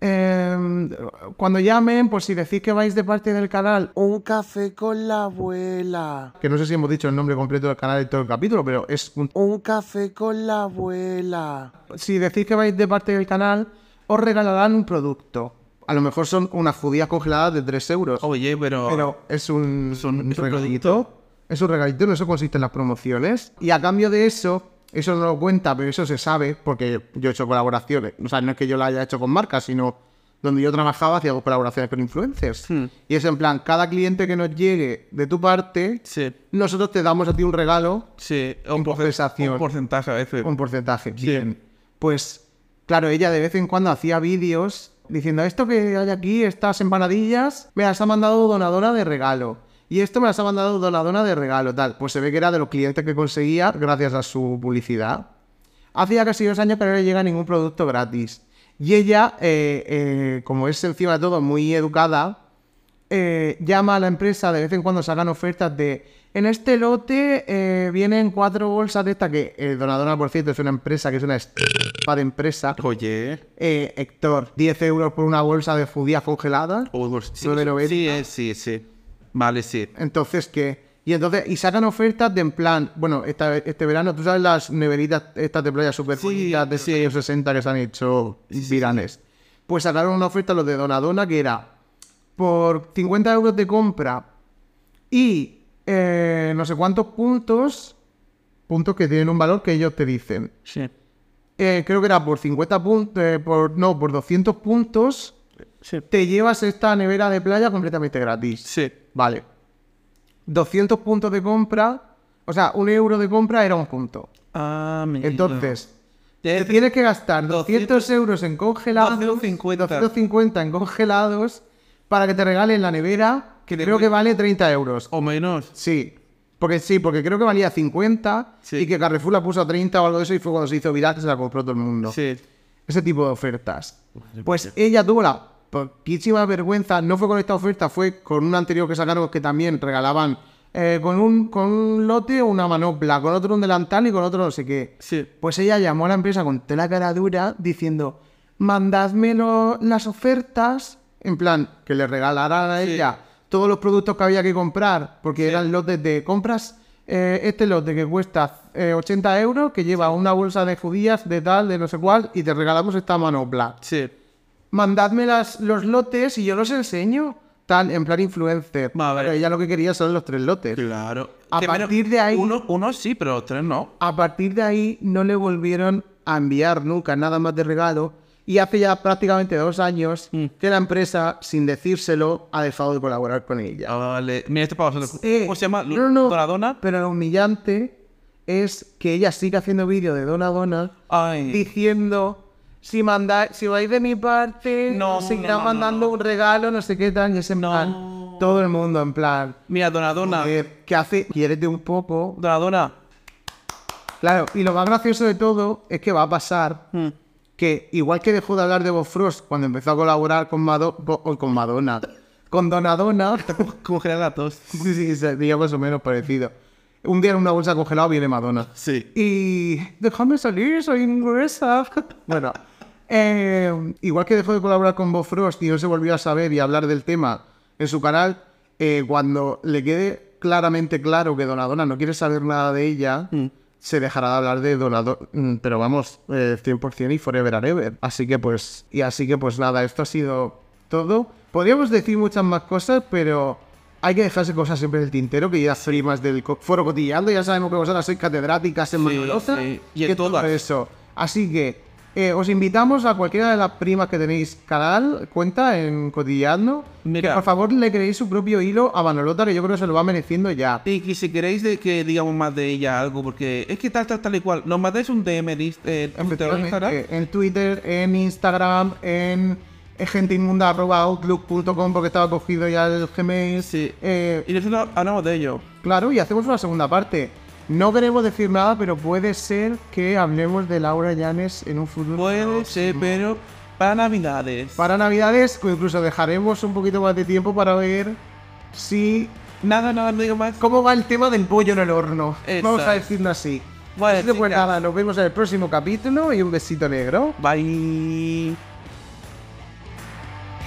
em, cuando llamen, pues si decís que vais de parte del canal un café con la abuela, que no sé si hemos dicho el nombre completo del canal de todo el capítulo, pero es un... un café con la abuela. Si decís que vais de parte del canal, os regalarán un producto. A lo mejor son unas judías congeladas de 3 euros. Oye, pero... Pero es un, Es un- un es un regalito. Es un regalito, en eso consisten las promociones. Y a cambio de eso, eso no lo cuenta, pero eso se sabe, porque yo he hecho colaboraciones. O sea, no es que yo la haya hecho con marcas, sino donde yo trabajaba hacía colaboraciones con influencers. Hmm. Y es en plan, cada cliente que nos llegue de tu parte, Sí, nosotros te damos a ti un regalo sí. En Un, porce- compensación. un porcentaje a veces. un porcentaje. Sí. Bien. Pues, claro, ella de vez en cuando hacía vídeos diciendo, esto que hay aquí, estas empanadillas, me las ha mandado Donadona de regalo. Y esto me las ha mandado Donadona de regalo, tal. Pues se ve que era de los clientes que conseguía gracias a su publicidad. Hacía casi dos años que no le llega ningún producto gratis. Y ella, eh, eh, como es encima de todo muy educada, eh, llama a la empresa de vez en cuando sacan ofertas de en este lote eh, vienen cuatro bolsas de esta que eh, Donadona por cierto es una empresa que es una estafa de empresa Oye. Eh, Héctor 10 euros por una bolsa de judías congeladas o- oh, sí, Lo de lo sí, eh, sí, sí. Vale, sí. entonces que y entonces y sacan ofertas de en plan bueno esta- este verano tú sabes las neveritas estas de playa super Sí, de sí. 60 que se han hecho virales pues sacaron una oferta los de Donadona que era por 50 euros de compra y eh, no sé cuántos puntos puntos que tienen un valor que ellos te dicen Sí. Eh, creo que era por 50 puntos eh, por no por 200 puntos te llevas esta nevera de playa completamente gratis Sí. Vale. 200 puntos de compra. O sea, un euro de compra era un punto. Ah, mira. este Entonces, te Te- tienes que gastar 200 200 euros en congelados. 250. 250 en congelados para que te regalen la nevera, que Que te Oh. creo voy- que vale 30 euros. O menos. Sí. Porque sí, porque creo que valía 50 Sí. y que Carrefour la puso a 30 o algo de eso y fue cuando se hizo viral que se la compró todo el mundo Sí. ese tipo de ofertas. Pues ella tuvo la poquísima vergüenza, no fue con esta oferta, fue con un anterior que sacaron que también regalaban eh, con, un, con un lote una manopla, con otro un delantal y con otro no sé qué. Sí. Pues ella llamó a la empresa con toda la cara dura diciendo, mandadme lo- las ofertas, en plan, que le regalaran a Sí. ella todos los productos que había que comprar, porque eran lotes de compras. eh, este lote que cuesta eh, 80 euros, que lleva una bolsa de judías, de tal, de no sé cuál, y te regalamos esta manopla. Sí. Mandadme las, los lotes y yo los enseño. Tal, en plan influencer. Vale. Pero ella lo que quería son los tres lotes. Claro. A Que menos- partir de ahí- Uno, uno sí, pero los tres no. A partir de ahí no le volvieron a enviar nunca nada más de regalo y hace ya prácticamente dos años Mm. que la empresa, sin decírselo, ha dejado de colaborar con ella. Ah, vale. Mira, esto es para vosotros. Eh, ¿Cómo se llama? no, no. Donadona. Pero lo humillante es que ella sigue haciendo vídeo de Dona Dona Ay. diciendo si mandáis, si vais de mi parte, No, no, seguirá no, no, mandando no. un regalo, no sé qué tal, y es en No. plan, todo el mundo en plan, Mira, Donadona. "Joder, ¿qué hace? Quiérete un poco. Donadona. Claro, y lo más gracioso de todo es que va a pasar Mm. que, igual que dejó de hablar de Bob Frost cuando empezó a colaborar con, Mado- Bo- o con Madonna, con Donadona, Congelar la tos. sí, sí, sería más o menos parecido. Un día en una bolsa congelada viene Madonna. Sí. Y déjame salir, soy inglesa. Bueno, eh, igual que dejó de colaborar con Bob Frost y no se volvió a saber y a hablar del tema en su canal, eh, cuando le quede claramente claro que Donadona no quiere saber nada de ella, se dejará de hablar de Donadona. Pero vamos, eh, 100% y forever and ever. Así que pues, y así que pues nada, esto ha sido todo. Podríamos decir muchas más cosas, pero hay que dejarse cosas siempre en el tintero, que ya primas del co- foro cotillando, ya sabemos que vosotras sois catedráticas en Sí, Manoloza, sí, y en que todo todas. eso. Así que eh, os invitamos a cualquiera de las primas que tenéis canal, cuenta en cotillando, Mira. que por favor le creéis su propio hilo a Manolota, que yo creo que se lo va mereciendo ya. Y que si queréis de que digamos más de ella algo, porque es que tal, tal, tal y cual. Nos mandáis un DM en Inst- eh, Twitter o Instagram. Efectivamente, en Twitter, en Instagram, en genteinmunda.outlook.com porque estaba cogido ya el Gmail. Sí. Eh, Y nosotros hablamos de ello. Claro, y hacemos una segunda parte. No queremos decir nada, pero puede ser que hablemos de Laura Llanes en un futuro. Puede ser, pero para Navidades. Para Navidades, o incluso dejaremos un poquito más de tiempo para ver si. Nada, nada, no digo más. cómo va el tema del pollo en el horno. Exacto. Vamos a decirlo así. Vale, Así que, pues chicas. nada, nos vemos en el próximo capítulo y un besito negro. Bye.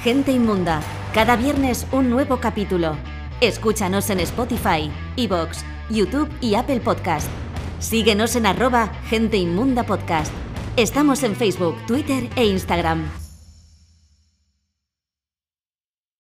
Gente Inmunda. Cada viernes un nuevo capítulo. Escúchanos en Spotify, Evox, YouTube y Apple Podcast. Síguenos en arroba Gente Inmunda Podcast. Estamos en Facebook, Twitter e Instagram.